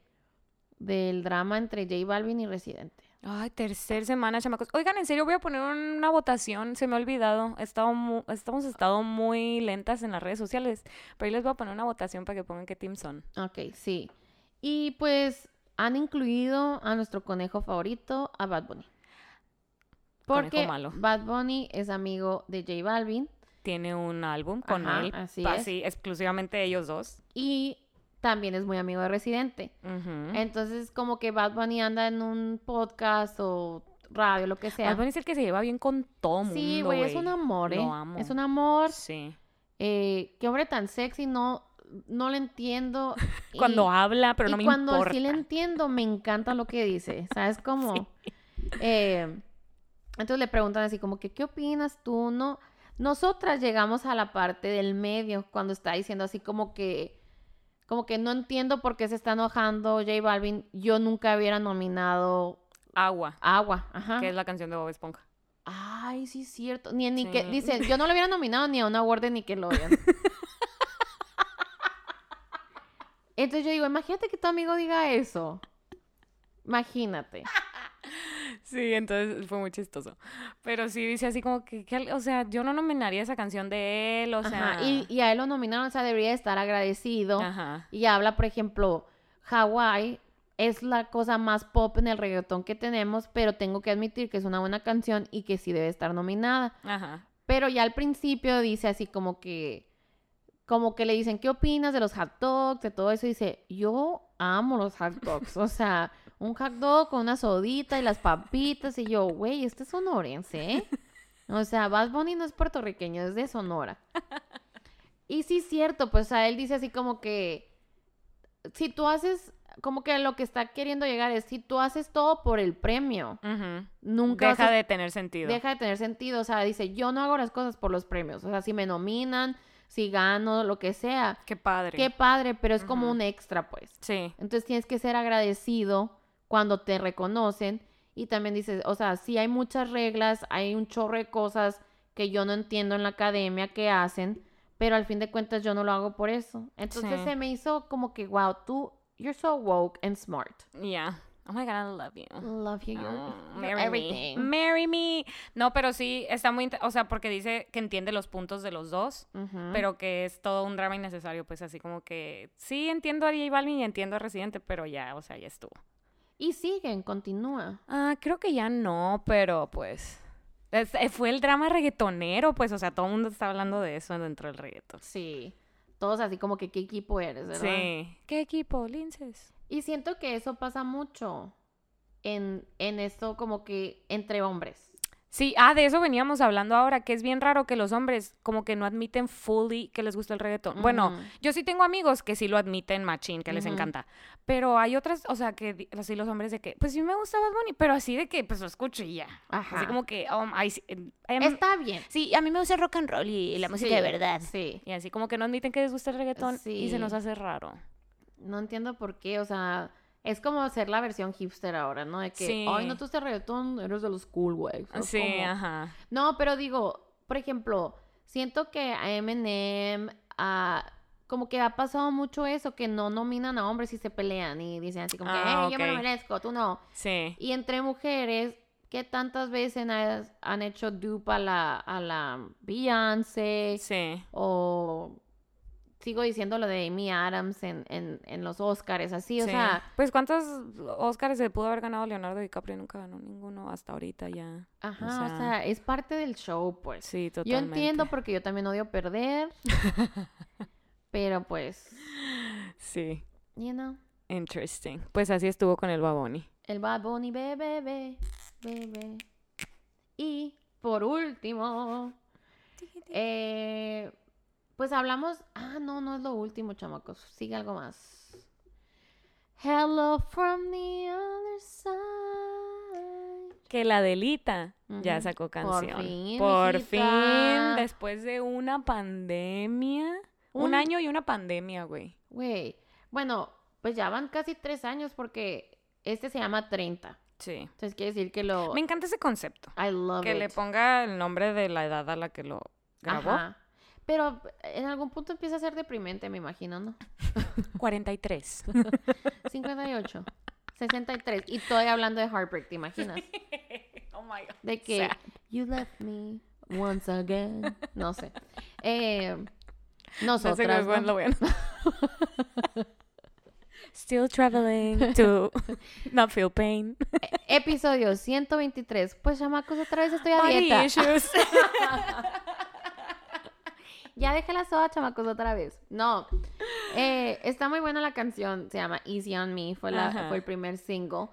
A: del drama entre J Balvin y Residente.
B: Ay, tercer semana, chamacos. Oigan, en serio, voy a poner una votación. Se me ha olvidado. He estado mu- estamos estado muy lentas en las redes sociales. Pero ahí les voy a poner una votación para que pongan qué team son.
A: Ok, sí. Y pues han incluido a nuestro conejo favorito, a Bad Bunny.
B: Conejo
A: Porque
B: malo.
A: Bad Bunny es amigo de J Balvin
B: Tiene un álbum con
A: Ajá,
B: él.
A: así
B: pa-
A: es.
B: sí, exclusivamente ellos dos.
A: y también es muy amigo de Residente.
B: Ujú.
A: Entonces, como que Bad Bunny anda en un podcast o radio, lo que sea.
B: Bad Bunny es el que se lleva bien con todo mundo,
A: sí, güey, es un amor, ¿eh?
B: Lo amo.
A: Es un amor.
B: Sí.
A: Eh, qué hombre tan sexy, no, no le entiendo. y-
B: Cuando habla, pero
A: y
B: no me
A: cuando
B: importa.
A: sí le entiendo, me encanta lo que dice. ¿Sabes cómo? Eh, entonces le preguntan así como que, ¿qué opinas tú? No, nosotras llegamos a la parte del medio cuando está diciendo así como que, como que no entiendo por qué se está enojando J Balvin. Yo nunca hubiera nominado
B: Agua,
A: Agua. Ajá.
B: que es la canción de Bob Esponja.
A: Ay, sí es cierto. Ni, ni que,
B: Sí.
A: dice, yo no lo hubiera nominado ni a un award de Nickelodeon. Entonces yo digo, imagínate que tu amigo diga eso. Imagínate.
B: Sí, entonces fue muy chistoso. Pero sí dice así como que, que al- o sea, yo no nominaría esa canción de él, o sea.
A: Ajá, Y, y a él lo nominaron, o sea, debería estar agradecido.
B: Ajá.
A: Y habla, por ejemplo, Hawái es la cosa más pop en el reggaetón que tenemos, pero tengo que admitir que es una buena canción y que sí debe estar nominada.
B: Ajá.
A: Pero ya al principio dice así como que, como que le dicen, ¿qué opinas de los hot dogs? De todo eso. Y dice, yo amo los hot dogs. O sea, un hot dog con una sodita y las papitas. Y yo, güey, este es sonorense, ¿eh? O sea, Bad Bunny no es puertorriqueño, es de Sonora. Y sí, es cierto, pues a él dice así como que, si tú haces, como que lo que está queriendo llegar es, si tú haces todo por el premio,
B: Ujú.
A: nunca vas a
B: Deja de tener sentido.
A: deja de tener sentido. O sea, dice, yo no hago las cosas por los premios. O sea, si me nominan, si gano, lo que sea.
B: Qué padre.
A: Qué padre, pero es como
B: Ujú.
A: un extra, pues.
B: Sí.
A: Entonces tienes que ser agradecido cuando te reconocen. Y también dices, o sea, sí hay muchas reglas, hay un chorro de cosas que yo no entiendo en la academia que hacen, pero al fin de cuentas yo no lo hago por eso. Entonces
B: Sí.
A: se me hizo como que, wow, tú, you're so woke and smart.
B: Yeah. Oh my God, I love you.
A: Love you, you're-
B: Oh,
A: you're
B: marry
A: everything.
B: me. Marry me. No, pero sí, está muy. inte- O sea, porque dice que entiende los puntos de los dos.
A: Ujú.
B: pero que es todo un drama innecesario, pues así como que sí entiendo a J Balvin y entiendo a Residente, pero ya, o sea, ya estuvo.
A: Y siguen, continúa.
B: Ah, creo que ya no, pero pues es- eh, fue el drama reggaetonero, pues, o sea, todo el mundo está hablando de eso dentro del reggaeton.
A: Sí. Todos así como que qué equipo eres, ¿verdad?
B: Sí. ¿Qué equipo, Linces?
A: Y siento que eso pasa mucho en, en esto como que entre hombres.
B: Sí, ah, de eso veníamos hablando ahora, que es bien raro que los hombres como que no admiten fully que les gusta el reggaetón. Bueno,
A: Ujú.
B: yo sí tengo amigos que sí lo admiten machín, que les
A: Ujú.
B: encanta. Pero hay otras, o sea, que di- así los hombres de que, pues sí me gusta Bad Bunny, pero así de que, pues lo escucho y ya.
A: Ajá.
B: Así como que, um, ay, sí, em, em,
A: Está bien.
B: sí, a mí me gusta el rock and roll y la música de
A: Sí,
B: verdad.
A: Sí.
B: Y así como que no admiten que les gusta el reggaetón y se
A: Sí.
B: nos hace raro.
A: No entiendo por qué, o sea, es como hacer la versión hipster ahora, ¿no? De que,
B: Sí.
A: ay, no tú estás reggaetón, eres de los cool, güey. Es
B: Ah, Sí,
A: como-
B: ajá.
A: No, pero digo, por ejemplo, siento que a Eminem, a- como que ha pasado mucho eso, que no nominan a hombres y se pelean y dicen así como que,
B: Ah,
A: "Ey, yo me lo
B: ok.
A: merezco, tú no.
B: Sí.
A: Y entre mujeres, ¿qué tantas veces has- han hecho dupe a la, a la Beyoncé?
B: Sí.
A: O sigo diciendo lo de Amy Adams en, en, en los Oscars, así, o
B: Sí.
A: sea,
B: pues cuántos Oscars se pudo haber ganado Leonardo DiCaprio nunca ganó ninguno hasta ahorita ya.
A: ajá,
B: O
A: o
B: sea-
A: sea, es parte del show, pues.
B: Sí,
A: yo
B: totalmente.
A: entiendo porque yo también odio perder, pero pues,
B: Sí,
A: you know,
B: interesting. Pues así estuvo con el Baboni.
A: el Bad Bunny, bebé, bebé, bebé. Y por último, eh, pues hablamos. Ah, no, no es lo último, chamacos. Sigue algo más. Hello from the other side.
B: Que la delita ya
A: Ujú.
B: sacó
A: Por
B: canción.
A: fin,
B: Por fin,
A: mijita.
B: después de una pandemia. Un,
A: Un-
B: año y una pandemia, güey.
A: Güey, bueno, pues ya van casi tres años porque este se llama 30.
B: Sí.
A: Entonces quiere decir que lo...
B: Me encanta ese concepto.
A: I love
B: Que le
A: it.
B: ponga el nombre de la edad a la que lo grabó.
A: Ajá. Pero en algún punto empieza a ser deprimente, me imagino, ¿no?
B: 43.
A: 58, 63. Y estoy hablando de heartbreak, ¿te imaginas?
B: oh my god.
A: De que
B: Sad.
A: you left me once again. No sé. Eh, nosotras, ¿no?
B: Still traveling to not feel pain.
A: Episodio 123. Pues, chamacos, otra vez estoy a dieta.
B: issues.
A: Ya dejé la soda, chamacos, otra vez. No. Eh, está muy buena la canción. Se llama Easy on Me. Fue, la,
B: Ajá.
A: fue el primer single.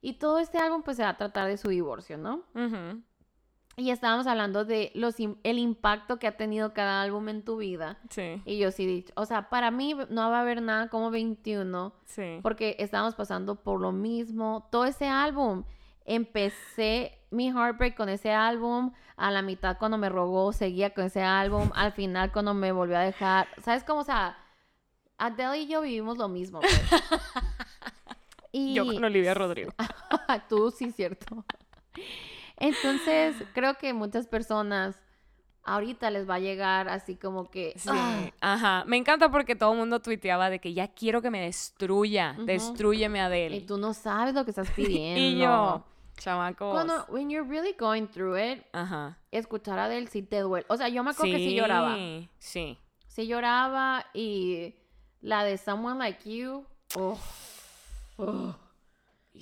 A: Y todo este álbum, pues, se va a tratar de su divorcio, ¿no?
B: Ujú.
A: Y estábamos hablando de los im- el impacto que ha tenido cada álbum en tu vida.
B: Sí,
A: Y yo sí he dicho, o sea, para mí no va a haber nada como 21,
B: sí.
A: porque estábamos pasando por lo mismo. Todo ese álbum, empecé mi heartbreak con ese álbum, a la mitad cuando me rogó, seguía con ese álbum, al final cuando me volvió a dejar. ¿Sabes cómo? O sea, Adele y yo vivimos lo mismo. pues. Y...
B: Yo con Olivia Rodrigo.
A: Tú sí, cierto. Entonces, creo que muchas personas ahorita les va a llegar así como que.
B: Sí,
A: "Ah,
B: ajá. Me encanta porque todo el mundo tuiteaba de que ya quiero que me destruya.
A: Ujú.
B: Destrúyeme Adele.
A: y eh, tú no sabes lo que estás pidiendo.
B: Y yo, pues. chamacos.
A: Cuando, when you're really going through it,
B: Ajá.
A: escuchar a Adele sí te duele. O sea, yo me acuerdo que sí lloraba.
B: Sí.
A: Sí lloraba y la de Someone Like You. oh, oh.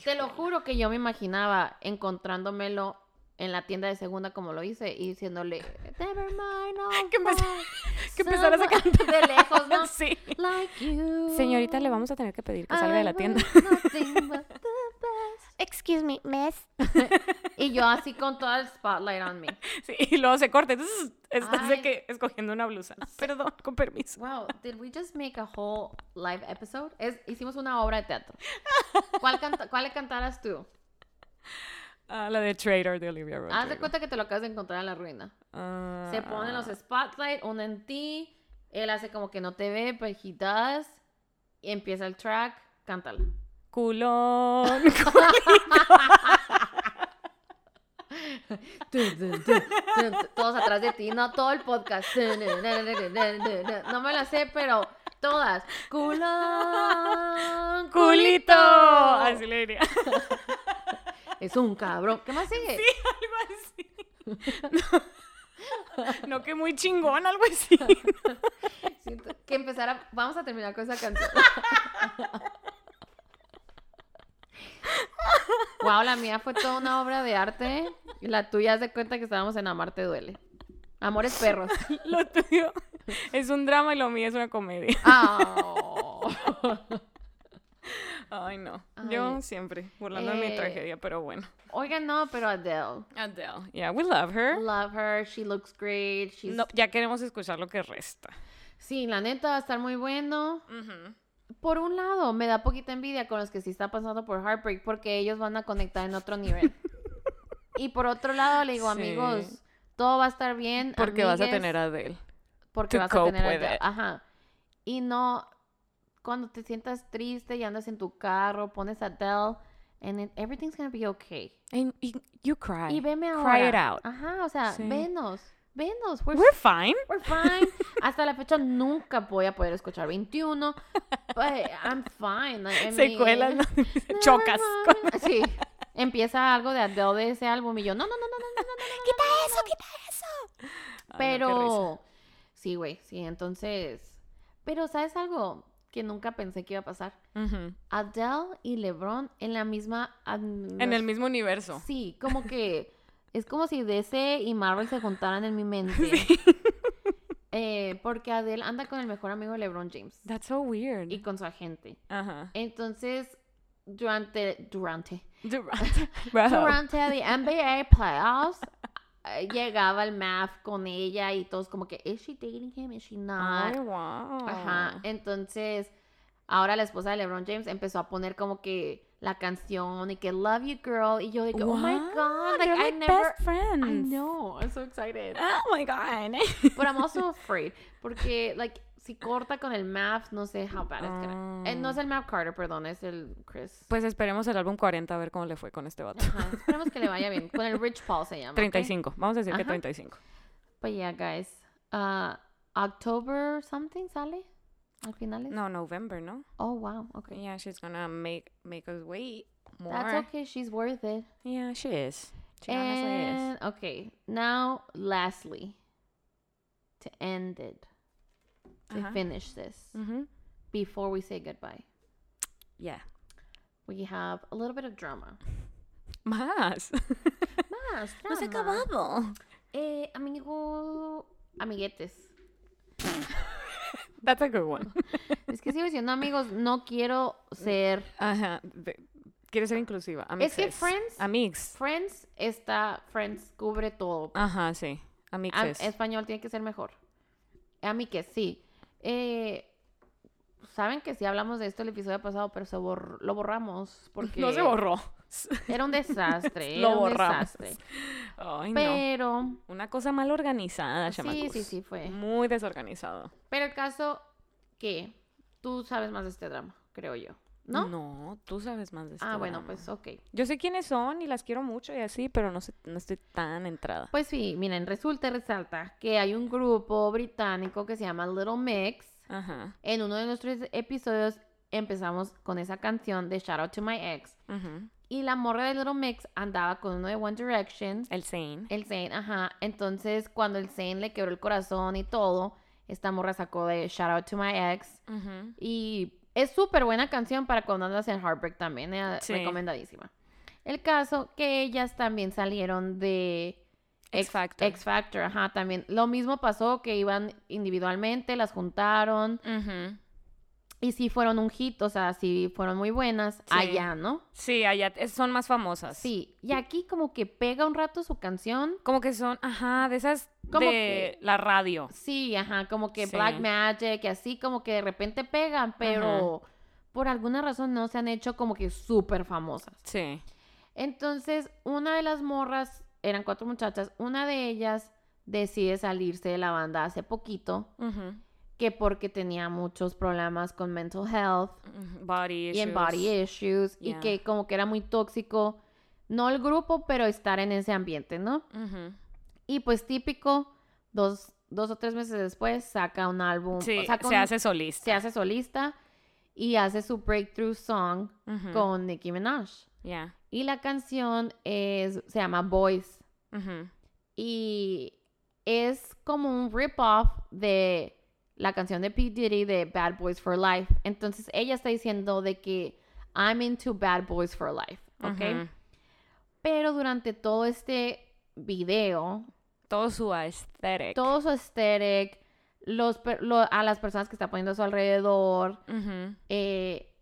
A: Te lo juro que yo me imaginaba encontrándomelo en la tienda de segunda como lo hice y diciéndole Never mind, I'll
B: Que empezar-
A: find
B: que empezaras a
A: someone de lejos, ¿no?
B: Sí.
A: Like you.
B: Señorita, le vamos a tener que pedir que salga de la
A: I
B: tienda.
A: want nothing but the
B: Excuse me, miss.
A: best. Y yo así con todo el spotlight on me.
B: Sí, y luego se corta. Entonces estás de
A: Ay.
B: que escogiendo una blusa. Perdón, con permiso.
A: Wow, did we just make a whole live episode? Es- hicimos una obra de teatro. ¿Cuál, canta- cuál le cantaras tú?
B: Ah, la de Traitor de Olivia Rodrigo.
A: Haz de Ah, cuenta que te lo acabas de encontrar en la ruina.
B: Ah.
A: Se ponen los spotlight, uno en ti, él hace como que no te ve, pues he does, y empieza el track, cántala.
B: Culón.
A: Tun, tun, tun, tun, tun. Todos atrás de ti, no todo el podcast. Tun, tun, tun, tun, tun, tun, tun. No me la sé, pero todas. Culón,
B: ¡Culito! Así le diría.
A: Es un cabrón. ¿Qué más sigue?
B: Algo así. No, no que muy chingón, algo así.
A: Siento que empezar a... Vamos a terminar con esa canción. wow, la mía fue toda una obra de arte. Y la tuya, haz de cuenta que estábamos en Amar te duele. Amores perros.
B: Lo tuyo es un drama y lo mío es una comedia.
A: Au.
B: Ay, no.
A: Ay.
B: Yo siempre burlando de mi
A: Eh.
B: tragedia, pero bueno.
A: Oigan, no, pero Adele.
B: Adele. Yeah, we love her.
A: Love her, she looks great. She's...
B: ¿Eh? No, ya queremos escuchar lo que resta.
A: Sí, la neta va a estar muy bueno. Por un lado, me da poquita envidia con los que sí están pasando por heartbreak porque ellos van a conectar en otro nivel. y por otro lado, le digo,
B: Sí.
A: amigos, todo va a estar bien.
B: Porque vas a
A: amigues,
B: tener a Adele.
A: Porque
B: to
A: vas
B: cope
A: a tener...
B: with
A: allá-
B: it.
A: Ajá. Y no, cuando te sientas triste y andas en tu carro, pones a Adele and it- everything's gonna be okay.
B: And y- you cry.
A: Y veme ahora.
B: Cry
A: Ah.
B: it out.
A: Ajá, o sea,
B: Sí.
A: venos. Venos. We're
B: We're fine.
A: We're fine. Hasta la fecha nunca voy a poder escuchar 21. But I'm fine. I- I
B: Secuelas,
A: mean,
B: ¿no?
A: never
B: chocas. con-
A: mind. Sí. Empieza algo de Adele de ese álbum y yo, no, no, no, no, no, no, no, no, no. Ah,
B: Quita eso, quita eso. Ay, no, qué risa.
A: Pero sí, güey, sí. Entonces, pero ¿sabes algo que nunca pensé que iba a pasar?
B: Ujú.
A: Adele y LeBron en la misma admi-
B: En el mismo universo.
A: Sí, como que es como si DC y Marvel se juntaran en mi mente. Eh, porque Adele anda con el mejor amigo de LeBron James
B: That's so weird.
A: y con su agente.
B: Ajá.
A: Entonces, durante durante
B: Durant. Bro.
A: durante the NBA playoffs, eh, llegaba el math con ella y todos como que, ¿is she dating him? ¿Is she not?
B: Ay, wow.
A: Ajá. Entonces, ahora la esposa de LeBron James empezó a poner como que la canción y que Love You Girl. Y yo digo, oh my
B: Wow,
A: God, like,
B: they're
A: I
B: like
A: never.
B: best friends.
A: I know, I'm so excited.
B: Oh my god.
A: But I'm also afraid. Porque, like, si corta con el Mav, no sé how bad it's gonna. eh, no es el Mav Carter, perdón, es el Chris.
B: Pues esperemos el álbum 40 a ver cómo le fue con este vato.
A: Ajá, Ah, esperemos que le vaya bien. Con el Rich Paul se llama. ¿ok?
B: 35, vamos a decir que
A: Ajá.
B: 35.
A: But yeah, guys. Uh, October something sale al final.
B: No, November, ¿no?
A: Oh, wow. Okay.
B: Yeah, she's gonna make make us wait more.
A: That's okay. She's worth it.
B: Yeah, she is. She honestly is.
A: and okay, now lastly, to end it, to
B: Ajá.
A: finish this,
B: Mhm.
A: before we say goodbye,
B: Yeah.
A: we have a little bit of drama.
B: Más.
A: Más
B: No se ha
A: drama.
B: acabado.
A: Eh, amigo, amiguetes.
B: That's a good one.
A: Es que sigo diciendo amigos, no quiero
B: Mm.
A: ser
B: Ajá. de- Quiere ser inclusiva. Amixes.
A: que Friends-
B: Amix.
A: Friends, está Friends cubre todo.
B: Ajá, sí.
A: Am-
B: Amixes.
A: español tiene que ser mejor. Amigues, sí. Eh, Saben que sí hablamos de esto el episodio pasado, pero se bor- lo borramos porque
B: No se borró.
A: Era un desastre,
B: Lo
A: era un
B: borramos.
A: desastre.
B: Ay, no.
A: Pero
B: Una cosa mal organizada,
A: sí,
B: chamacos.
A: sí, sí fue.
B: Muy desorganizado.
A: Pero el caso que tú sabes más de este drama, creo yo, ¿no?
B: No, tú sabes más de este esto.
A: ah, bueno,
B: Dana.
A: pues ok.
B: Yo sé quiénes son y las quiero mucho y así, pero no, sé, no estoy tan entrada.
A: Pues sí, miren, resulta y resalta que hay un grupo británico que se llama Little Mix.
B: Ajá.
A: En uno de nuestros episodios empezamos con esa canción de Shout Out to My Ex.
B: ujú.
A: Y la morra de Little Mix andaba con uno de One Direction.
B: El Zane.
A: El Zayn, ajá. Entonces, cuando el Zayn le quebró el corazón y todo, esta morra sacó de Shout Out to My Ex.
B: Ujú.
A: Y es súper buena canción para cuando andas en Heartbreak también, eh,
B: Sí.
A: recomendadísima. El caso que ellas también salieron de
B: X Factor.
A: X Factor, ajá, también. Lo mismo pasó que iban individualmente, las juntaron
B: Ujú.
A: y sí fueron un hit, o sea, sí fueron muy buenas
B: Sí.
A: allá, ¿no?
B: Sí, allá es- son más famosas.
A: Sí, y aquí como que pega un rato su canción.
B: Como que son, ajá, de esas
A: Como
B: de la radio.
A: Sí, ajá, como que
B: Sí.
A: Black Magic y así como que de repente pegan, pero por alguna razón no se han hecho como que súper famosas.
B: Sí.
A: Entonces, una de las morras, eran cuatro muchachas, una de ellas decide salirse de la banda hace poquito,
B: Ujú.
A: que porque tenía muchos problemas con mental health
B: Ujú. Body
A: y en body issues,
B: Yeah.
A: y que como que era muy tóxico, no el grupo, pero estar en ese ambiente, ¿no?
B: Ujú.
A: Y pues típico, dos, dos o tres meses después saca un álbum, o
B: Sí,
A: saca
B: se
A: un-
B: hace solista.
A: se hace solista y hace su breakthrough song
B: Ujú.
A: con Nicki Minaj.
B: Ya.
A: Y la canción es, se llama Boys
B: Ujú.
A: y es como un rip-off de la canción de P. Diddy de Bad Boys for Life. Entonces ella está diciendo de que I'm into Bad Boys for Life, ¿ok?
B: Ujú.
A: Pero durante todo este video,
B: Todo su aesthetic.
A: todo su aesthetic, los, per- lo- a las personas que está poniendo a su alrededor,
B: Ujú.
A: eh,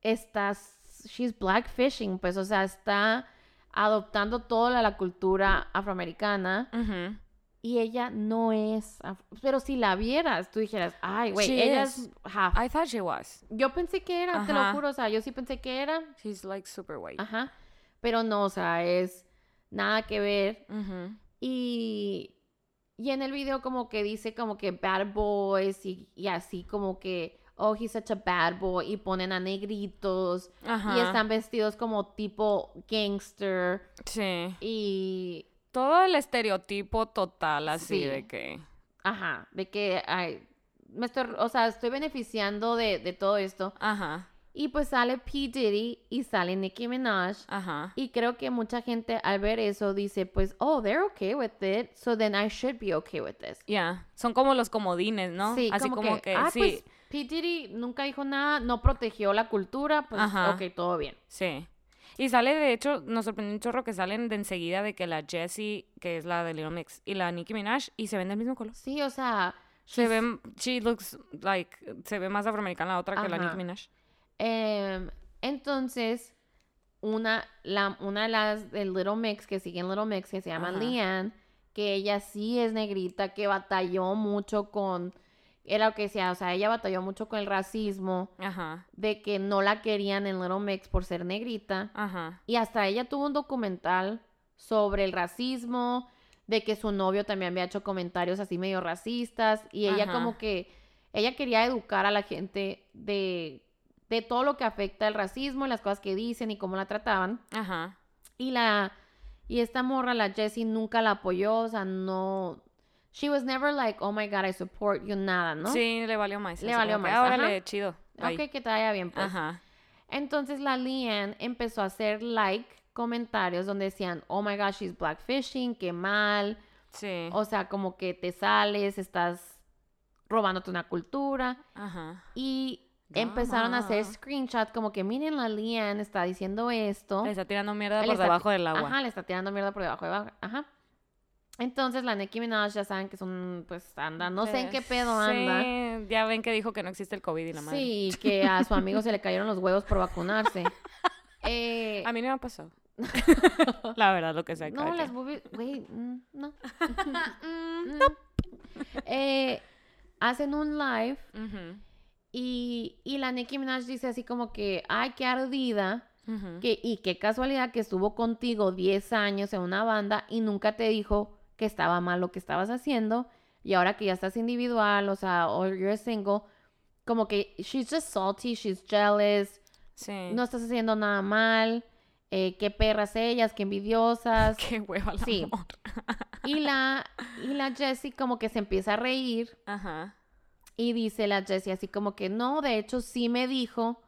A: está, she's blackfishing, pues, o sea, está adoptando toda la, la cultura afroamericana
B: Ujú.
A: y ella no es, af- pero si la vieras, tú dijeras, ay, güey,
B: She
A: ella
B: is.
A: es half".
B: I thought she was.
A: Yo pensé que era, te lo
B: Ajá.
A: juro, o sea, yo sí pensé que era,
B: She's like super white.
A: ajá, pero no, o sea, es nada que ver
B: Ujú.
A: y... Y en el video como que dice como que bad boys y, y así como que, oh, he's such a bad boy y ponen a negritos
B: Ajá.
A: Y están vestidos como tipo gangster
B: Sí.
A: y...
B: Todo el estereotipo total así
A: Sí.
B: de que...
A: Ajá, de que ay, me estoy, o sea, estoy beneficiando de, de todo esto.
B: Ajá,
A: Y pues sale P. Diddy y sale Nicki Minaj.
B: ajá.
A: Y creo que mucha gente al ver eso dice, pues, oh, they're okay with it, so then I should be okay with this.
B: Ya, son como los comodines, ¿no?
A: Sí,
B: así como, que,
A: ah,
B: sí,
A: pues, P. Diddy nunca dijo nada, no protegió la cultura, pues,
B: Ajá.
A: ok, todo bien.
B: sí. Y sale, de hecho, nos sorprendió un chorro que salen de enseguida de que la Jessie, que es la de Lil Mix, y la Nicki Minaj, y se ven del mismo color.
A: Sí, o sea,
B: Se ven, she looks like, se ve más afroamericana la otra que la
A: Ajá.
B: Nicki Minaj.
A: Em, entonces, una, la, una de las del Little Mix, que sigue en Little Mix, que se llama
B: Ajá.
A: Leanne, que ella sí es negrita, que batalló mucho con, era lo que decía, o sea, ella batalló mucho con el racismo,
B: Ajá,
A: de que no la querían en Little Mix por ser negrita.
B: ajá.
A: Y hasta ella tuvo un documental sobre el racismo, de que su novio también había hecho comentarios así medio racistas, y ella
B: Ajá.
A: como que, ella quería educar a la gente de, de todo lo que afecta el racismo, y las cosas que dicen y cómo la trataban.
B: Ajá.
A: Y la y esta morra, la Jessie, nunca la apoyó, o sea, no. She was never like, oh my god, I support you, nada, ¿no?
B: Sí, le valió más.
A: Le
B: así
A: valió
B: como que,
A: más,
B: "Ah,
A: ajá.
B: órale, chido. bye".
A: Ok, que te vaya bien, pues.
B: Ajá.
A: Entonces la Leanne empezó a hacer like, comentarios donde decían, oh my god, she's blackfishing, qué mal.
B: Sí.
A: O sea, como que te sales, estás robándote una cultura.
B: Ajá.
A: Y empezaron a hacer
B: Drama.
A: screenshots como que, miren, la Leanne está diciendo esto.
B: Le está tirando mierda
A: Él
B: por
A: está-
B: debajo del agua.
A: Ajá, le está tirando mierda por debajo de abajo. Ajá. Entonces la Nicki Minaj ya saben que es un, pues anda, no sé en qué pedo anda.
B: Sí, ya ven que dijo que no existe el COVID y la madre.
A: Sí, que a su amigo se le cayeron los huevos por vacunarse. Eh,
B: A mí no me ha pasado. la verdad, lo que sea.
A: no, las boobies, güey, mm, no. Mm. Eh, hacen un live y, y la Nicki Minaj dice así como que, ay, qué ardida. Que, y qué casualidad que estuvo contigo 10 años en una banda y nunca te dijo que estaba mal lo que estabas haciendo. Y ahora que ya estás individual, o sea, o you're single, como que she's just salty, she's jealous,
B: Sí.
A: no estás haciendo nada mal, eh, qué perras ellas, qué envidiosas.
B: Qué hueva la
A: Sí.
B: amor.
A: Y la, y la Jessie como que se empieza a reír
B: Ajá.
A: y dice la Jessie así como que no, de hecho sí me dijo,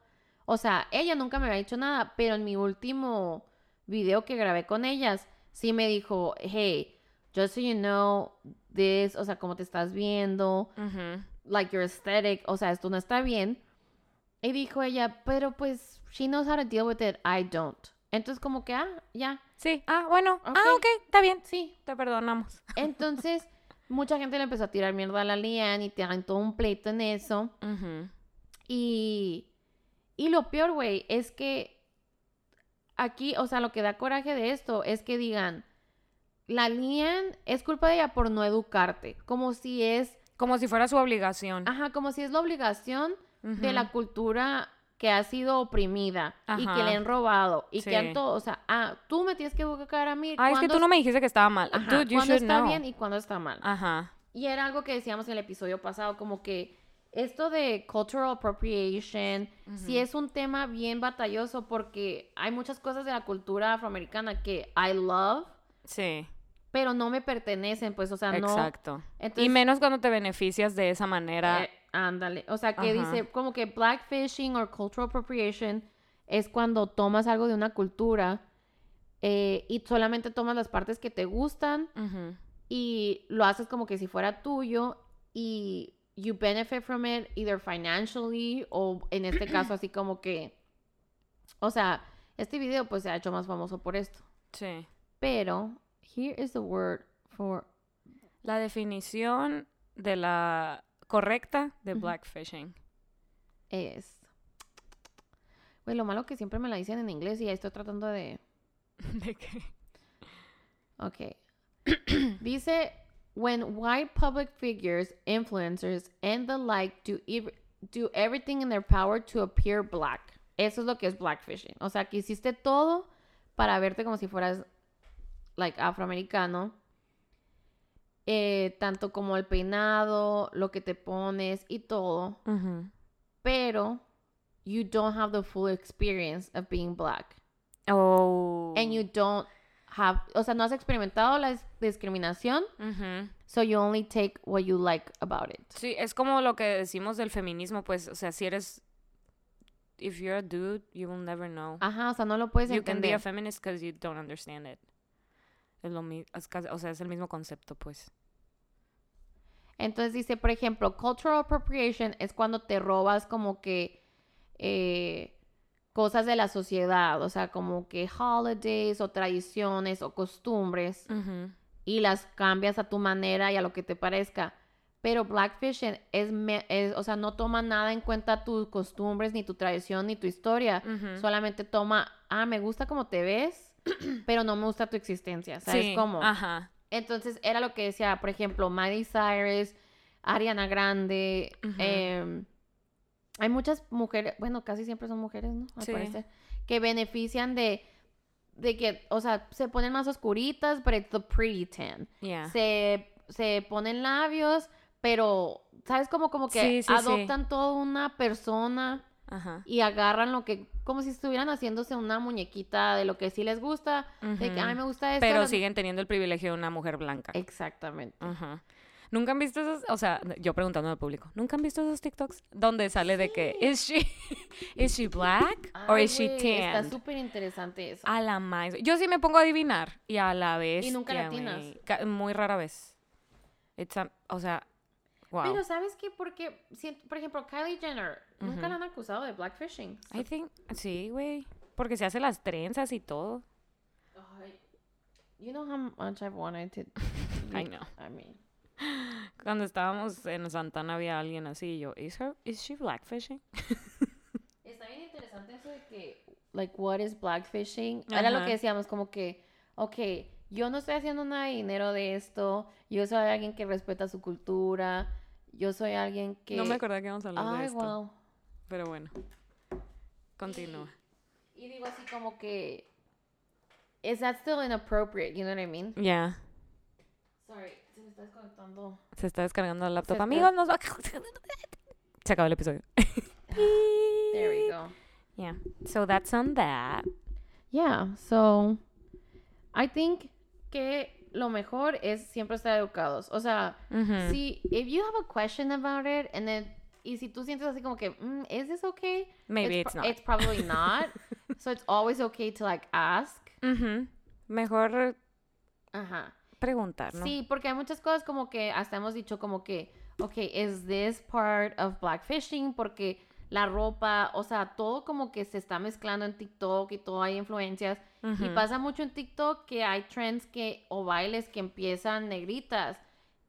A: o sea, ella nunca me había dicho nada, pero en mi último video que grabé con ellas, sí me dijo, hey, just so you know this, o sea, cómo te estás viendo,
B: Ujú.
A: like your aesthetic, o sea, esto no está bien. Y dijo ella, pero pues, she knows how to deal with it, I don't. Entonces como que, ah, ya,
B: Sí. Ah, bueno. Ah,
A: Ok.
B: ok. Está bien.
A: sí,
B: Te perdonamos.
A: Entonces, mucha gente le empezó a tirar mierda a la Leanne y te todo un pleito en eso.
B: Ujú.
A: Y, y lo peor, güey, es que aquí, o sea, lo que da coraje de esto es que digan, la Leanne es culpa de ella por no educarte. Como si es,
B: Como si fuera su obligación.
A: ajá, como si es la obligación Ah, de
B: Ujú.
A: la cultura que ha sido oprimida y que
B: Ajá.
A: le han robado y
B: Sí.
A: que han todo, o sea, ah, tú me tienes que educar a mí.
B: Ay, Ah, es que tú no me dijiste que estaba mal.
A: Ajá,
B: Dude, you
A: cuándo
B: should
A: está
B: know.
A: bien y cuándo está mal.
B: Ajá.
A: Y era algo que decíamos en el episodio pasado, como que esto de cultural appropriation sí es un tema bien batalloso porque hay muchas cosas de la cultura afroamericana que I love,
B: Sí.
A: pero no me pertenecen, pues, o sea, no...
B: Ah, Exacto.
A: Entonces-
B: y menos cuando te beneficias de esa manera.
A: Eh, ándale, o sea, que
B: Ajá.
A: dice como que blackfishing o cultural appropriation es cuando tomas algo de una cultura eh, y solamente tomas las partes que te gustan
B: Ujú.
A: y lo haces como que si fuera tuyo y you benefit from it either financially o en este caso así como que o sea, este video pues se ha hecho más famoso por esto,
B: Sí.
A: pero here is the word for
B: La definición de la correcta de
A: Ujú.
B: blackfishing.
A: es Güey, lo malo que siempre me la dicen en inglés y ya estoy tratando de
B: ¿De qué?
A: Ok. Dice, when white public figures, influencers, and the like do, ev- do everything in their power to appear black. Eso es lo que es blackfishing. O sea, que hiciste todo para verte como si fueras, like, afroamericano. Eh, tanto como el peinado, lo que te pones y todo. Pero, you don't have the full experience of being black
B: Oh.
A: and you don't have, o sea, no has experimentado la dis- discriminación,
B: Ujú.
A: so you only take what you like about it.
B: Sí, es como lo que decimos del feminismo, pues, o sea, si eres... If you're a dude, you will never know.
A: Ajá, o sea, no lo puedes
B: you can be a
A: entender.
B: feminist because you don't understand it. Es lo mi- es casi- o sea, es el mismo concepto, pues.
A: Entonces dice, por ejemplo, cultural appropriation es cuando te robas como que eh, cosas de la sociedad, o sea, como que holidays o tradiciones o costumbres y las cambias a tu manera y a lo que te parezca. Pero Blackfish en- es, me- es- o sea, no toma nada en cuenta tus costumbres, ni tu tradición, ni tu historia.
B: Ujú.
A: Solamente toma, ah, me gusta cómo te ves, pero no me gusta tu existencia. ¿Sabes
B: Sí, ah.
A: cómo?
B: Ajá.
A: Entonces era lo que decía, por ejemplo, Miley Cyrus, Ariana Grande.
B: Ujú.
A: em, hay muchas mujeres, bueno, casi siempre son mujeres, ¿no? Al
B: Sí.
A: parecer, que benefician de, de que, o sea, se ponen más oscuritas, pero it's the pretty tan.
B: Yeah.
A: Se, se ponen labios, pero, ¿sabes? Como, como que
B: Sí, sí, sí.
A: adoptan toda una persona
B: Ajá.
A: y agarran lo que, como si estuvieran haciéndose una muñequita de lo que sí les gusta, de que,
B: Ujú.
A: ay, me gusta esto.
B: Pero
A: las-
B: siguen teniendo el privilegio de una mujer blanca.
A: Exactamente.
B: Ajá. ¿Nunca han visto esos? O sea, yo preguntando al público, ¿nunca han visto esos TikToks? Donde sale de que, ¿is she, is she black or
A: Ay,
B: is she
A: güey, Está
B: tan? Ah,
A: súper interesante eso.
B: A la más. Yo sí me pongo a adivinar y a la vez.
A: nunca le atinas.
B: Muy rara vez. It's a- o sea, wow.
A: Pero ¿sabes qué? Porque, siento- por ejemplo, Kylie Jenner, nunca la han acusado de blackfishing.
B: I think, sí, güey. Porque se hace las trenzas y todo.
A: Ay, You know how much I've wanted to...
B: I know.
A: I mean...
B: Cuando estábamos en Santana había alguien así y yo, ¿is, her, is she blackfishing?
A: Está bien interesante eso de que, like, what is blackfishing? Era lo
B: Ajá.
A: que decíamos, como que, ok, yo no estoy haciendo nada de dinero de esto, yo soy alguien que respeta su cultura, yo soy alguien que...
B: No me acordaba que íbamos a hablar de
A: Ay,
B: esto.
A: wow.
B: Pero bueno, continúa.
A: Y digo así como que, is that still inappropriate? You know what I mean?
B: Ya.
A: Sorry, se me está desconectando.
B: Se está descargando el laptop.
A: está-
B: Amigos, nos va... Se acabó el episodio.
A: There we go.
B: Yeah. So that's on that.
A: Yeah, so I think que lo mejor es siempre estar educados. O sea,
B: Ujú.
A: si if you have a question about it and then y si tú sientes así como que, mm, is this okay?
B: Maybe it's
A: pro-
B: not.
A: It's probably not. so it's always okay to like ask.
B: Ujú. Mejor
A: Ajá.
B: preguntar, ¿no?
A: Sí, porque hay muchas cosas como que hasta hemos dicho como que, ok, is this part of blackfishing? Porque la ropa, o sea, todo como que se está mezclando en TikTok y todo hay influencias. Y
B: Ujú.
A: pasa mucho en TikTok que hay trends que, o bailes que empiezan negritas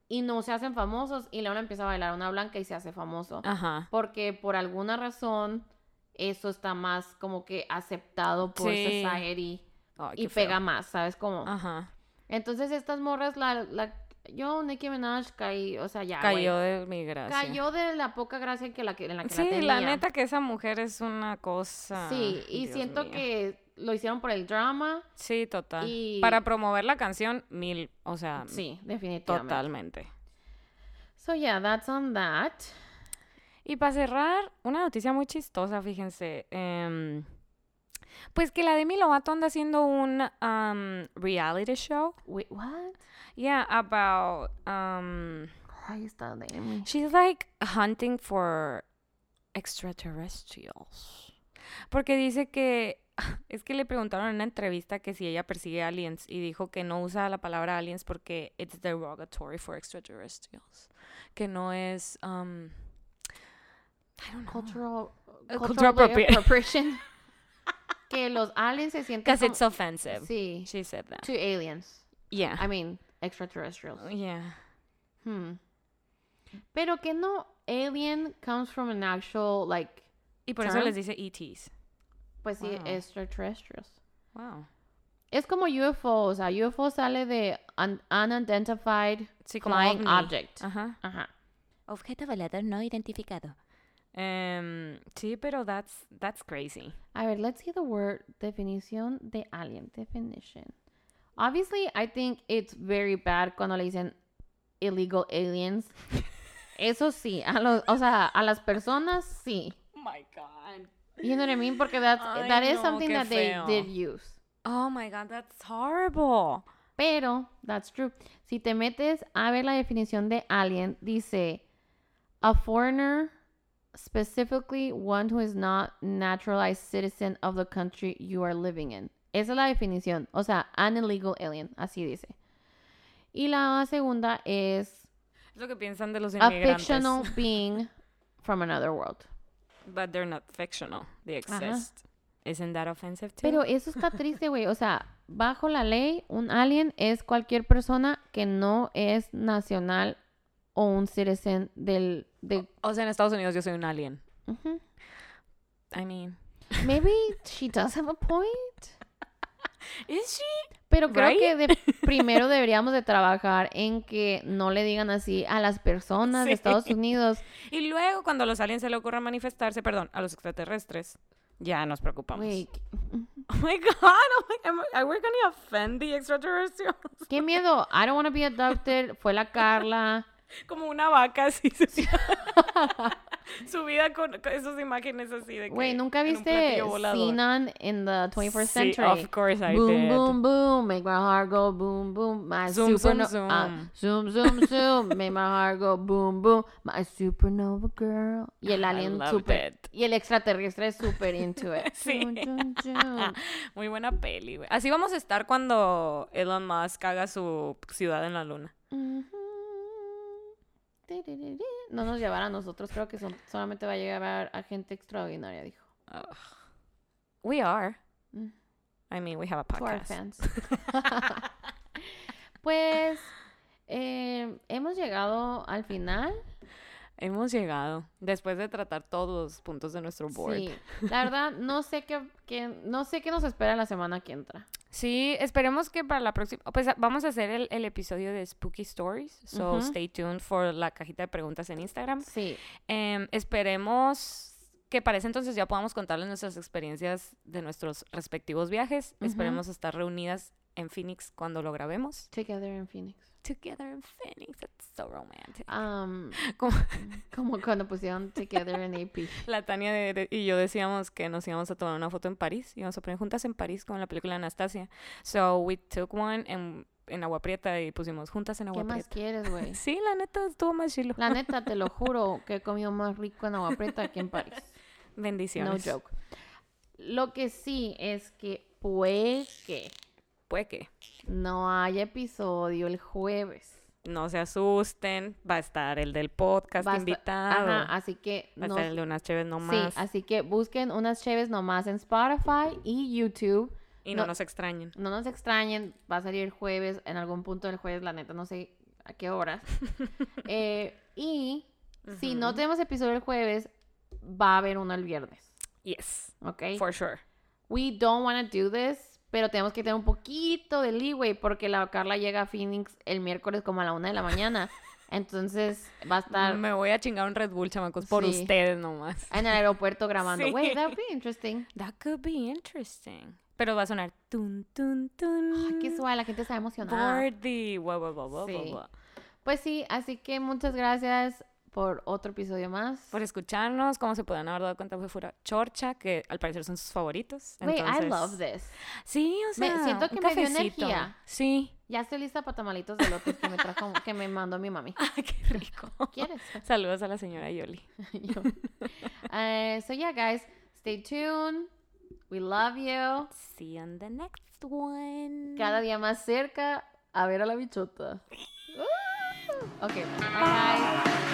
A: y no se hacen famosos y luego la empieza a bailar una blanca y se hace famoso.
B: Ajá.
A: Porque por alguna razón eso está más como que aceptado por
B: Sí.
A: society
B: Ay,
A: y
B: qué feo. Ah.
A: pega más, ¿sabes cómo?
B: Ajá.
A: Entonces estas morras, la, la- yo, Nicki Minaj, caí, o sea, ya, güey.
B: Cayó de mi gracia.
A: Ah, Cayó de la poca gracia que la, que- en la que la
B: Sí,
A: tenía.
B: la neta que esa mujer es una cosa.
A: Sí, y
B: Dios
A: siento
B: mío.
A: que lo hicieron por el drama.
B: Sí, total.
A: y-
B: Para promover la canción, mil. O sea,
A: Sí, definitivamente.
B: totalmente.
A: So yeah, that's on that.
B: Y para cerrar, una noticia muy chistosa, fíjense. em, pues que la Demi Lovato anda haciendo un um, reality show.
A: Wait, what?
B: Yeah, about. Um,
A: Ay, está Demi.
B: she's like hunting for extraterrestrials. Porque dice que. Es que le preguntaron en una entrevista que si ella persigue aliens y dijo que no usa la palabra aliens porque it's derogatory for extraterrestrials. Que no es. um, I don't know.
A: Cultural,
B: Eh,
A: cultural
B: cultural appropri-
A: appropriation. que los aliens se sienten
B: Because
A: como...
B: it's offensive.
A: Sí.
B: She said that.
A: To aliens.
B: Yeah.
A: I mean, extraterrestrials.
B: Yeah.
A: Hmm. Pero que no alien comes from an actual, like,
B: Y por eso
A: Term?
B: les dice E ETs.
A: pues sí,
B: Wow.
A: extraterrestrials.
B: Wow.
A: Es como UFO, o sea, UFO sale de un- unidentified
B: Sí, como
A: flying
B: ovni.
A: object.
B: Ajá.
A: Ajá.
C: Objeto volador no identificado.
B: Em, sí, pero that's that's crazy.
A: A ver, let's see the word definición de alien. Definition. Obviously, I think it's very bad cuando le dicen illegal aliens. Eso sí, a los, o sea, a las personas sí.
B: Oh my god.
A: You know what I mean? Porque that's,
B: Ay,
A: that is
B: no,
A: something
B: qué
A: that
B: feo.
A: they did use.
B: Oh my god, that's horrible.
A: Pero, that's true. Si te metes a ver la definición de alien, dice a foreigner, specifically one who is not naturalized citizen of the country you are living in. Esa es la definición. O sea, an illegal alien, así dice. Y la segunda es
B: Es lo que piensan de los
A: a
B: inmigrantes.
A: fictional being from another world.
B: But they're not fictional. They exist. Isn't that offensive too?
A: Pero eso está triste, güey. O sea, bajo la ley, un alien es cualquier persona que no es nacional o un citizen del... De,
B: O sea, en Estados Unidos yo soy un alien.
A: Ujú.
B: I mean.
A: Maybe she does have a point.
B: ¿Is she?
A: Pero creo
B: Right?
A: que de- primero deberíamos de trabajar en que no le digan así a las personas
B: Sí.
A: de Estados Unidos.
B: Y luego cuando a los aliens se le ocurra manifestarse, perdón, a los extraterrestres, ya nos preocupamos.
A: Güey, qué-
B: Oh my god, oh my, am I- are we gonna offend the extraterrestrials?
A: qué miedo. I don't want to be adopted. Fue la Carla.
B: Como una vaca así subida, subida con, con esas imágenes así de que
A: Güey, ¿nunca
B: en un
A: viste
B: platillo volador.
A: Sinan in the 21st
B: Sí,
A: century?
B: of course I
A: boom,
B: did.
A: boom, boom. Make my heart go boom, boom. My
B: Zoom, zoom,
A: superno-
B: zoom.
A: ah, zoom, zoom, zoom. Make my heart go boom, boom. My supernova girl. Y el
B: I
A: alien
B: loved
A: super.
B: it.
A: Y el extraterrestre super into it.
B: Sí.
A: Chun, chun, chun.
B: Muy buena peli, güey. Así vamos a estar cuando Elon Musk haga su ciudad en la luna.
A: Ujú. Tiririrí. No nos llevará a nosotros, creo que son- solamente va a llegar a gente extraordinaria, dijo.
B: We are.
A: Mm.
B: I mean, we have a
A: To our
B: podcast.
A: fans. pues eh, hemos llegado al final.
B: Hemos llegado. Después de tratar todos los puntos de nuestro board.
A: Sí. La verdad, no sé qué, qué- no sé qué nos espera la semana que entra.
B: Sí, esperemos que para la próxima, pues a- vamos a hacer el, el episodio de Spooky Stories, so
A: Ujú.
B: stay tuned for la cajita de preguntas en Instagram.
A: Sí.
B: Em, esperemos que para ese entonces ya podamos contarles nuestras experiencias de nuestros respectivos viajes.
A: Ujú.
B: Esperemos estar reunidas en Phoenix cuando lo grabemos.
A: Together in Phoenix.
B: Together in Phoenix, that's so romantic.
A: Um,
B: Como-
A: como cuando pusieron Together in AP.
B: La Tania de- de- y yo decíamos que nos íbamos a tomar una foto en París, íbamos a poner juntas en París como en la película Anastasia. So we took one en, en Agua Prieta y pusimos juntas en Agua
A: ¿Qué más
B: Prieta.
A: quieres, güey?
B: Sí, la neta estuvo más chilo.
A: La neta, te lo juro que he comido más rico en Agua Prieta que en París. No
B: Bendiciones.
A: joke. Lo que sí es que puede que
B: Puede que
A: no haya episodio el jueves.
B: no se asusten, va a estar el del podcast
A: Va a esta-
B: invitado.
A: Ajá, así que
B: va a
A: no-
B: estar el de unas chéves
A: sí,
B: nomás.
A: así que busquen unas cheves nomás en Spotify y YouTube.
B: y no,
A: no-
B: nos extrañen.
A: No nos extrañen, va a salir jueves, en algún punto del jueves, la neta, no sé a qué horas. Eh, y si no tenemos episodio el jueves, va a haber uno el viernes,
B: Yes,
A: ¿ok?
B: for sure.
A: we don't want to do this, pero tenemos que tener un poquito de leeway porque la Carla llega a Phoenix el miércoles como a la una de la mañana. Entonces va a estar
B: Me voy a chingar un Red Bull, chamacos, por
A: Sí.
B: ustedes nomás.
A: en el aeropuerto grabando.
B: Sí.
A: Wait, that'd be interesting.
B: That could be interesting. Pero va a sonar tun, tun, tun.
A: Ay, qué suave, la gente está emocionada.
B: Gordy. Guau, guau, guau, guau, guau,
A: Sí.
B: guau.
A: Pues sí, así que muchas gracias por otro episodio más.
B: Por escucharnos, como se pueden haber dado cuenta, fue Fura Chorcha, que al parecer son sus favoritos.
A: Wait, I
B: Entonces-
A: love this.
B: Sí, o
A: Me-
B: sea,
A: siento
B: un
A: que me dio
B: cafecito.
A: energía.
B: Sí.
A: Ya estoy lista para tamalitos de lotes que me trajo, que me mandó mi mami.
B: Ah, qué rico.
A: ¿Quieres?
B: Saludos a la señora Yoli.
A: Yo. Eh, so yeah, guys, stay tuned. We love you.
B: See you on the next one.
A: cada día más cerca a ver a la bichota. Ah. Ok, bye guys.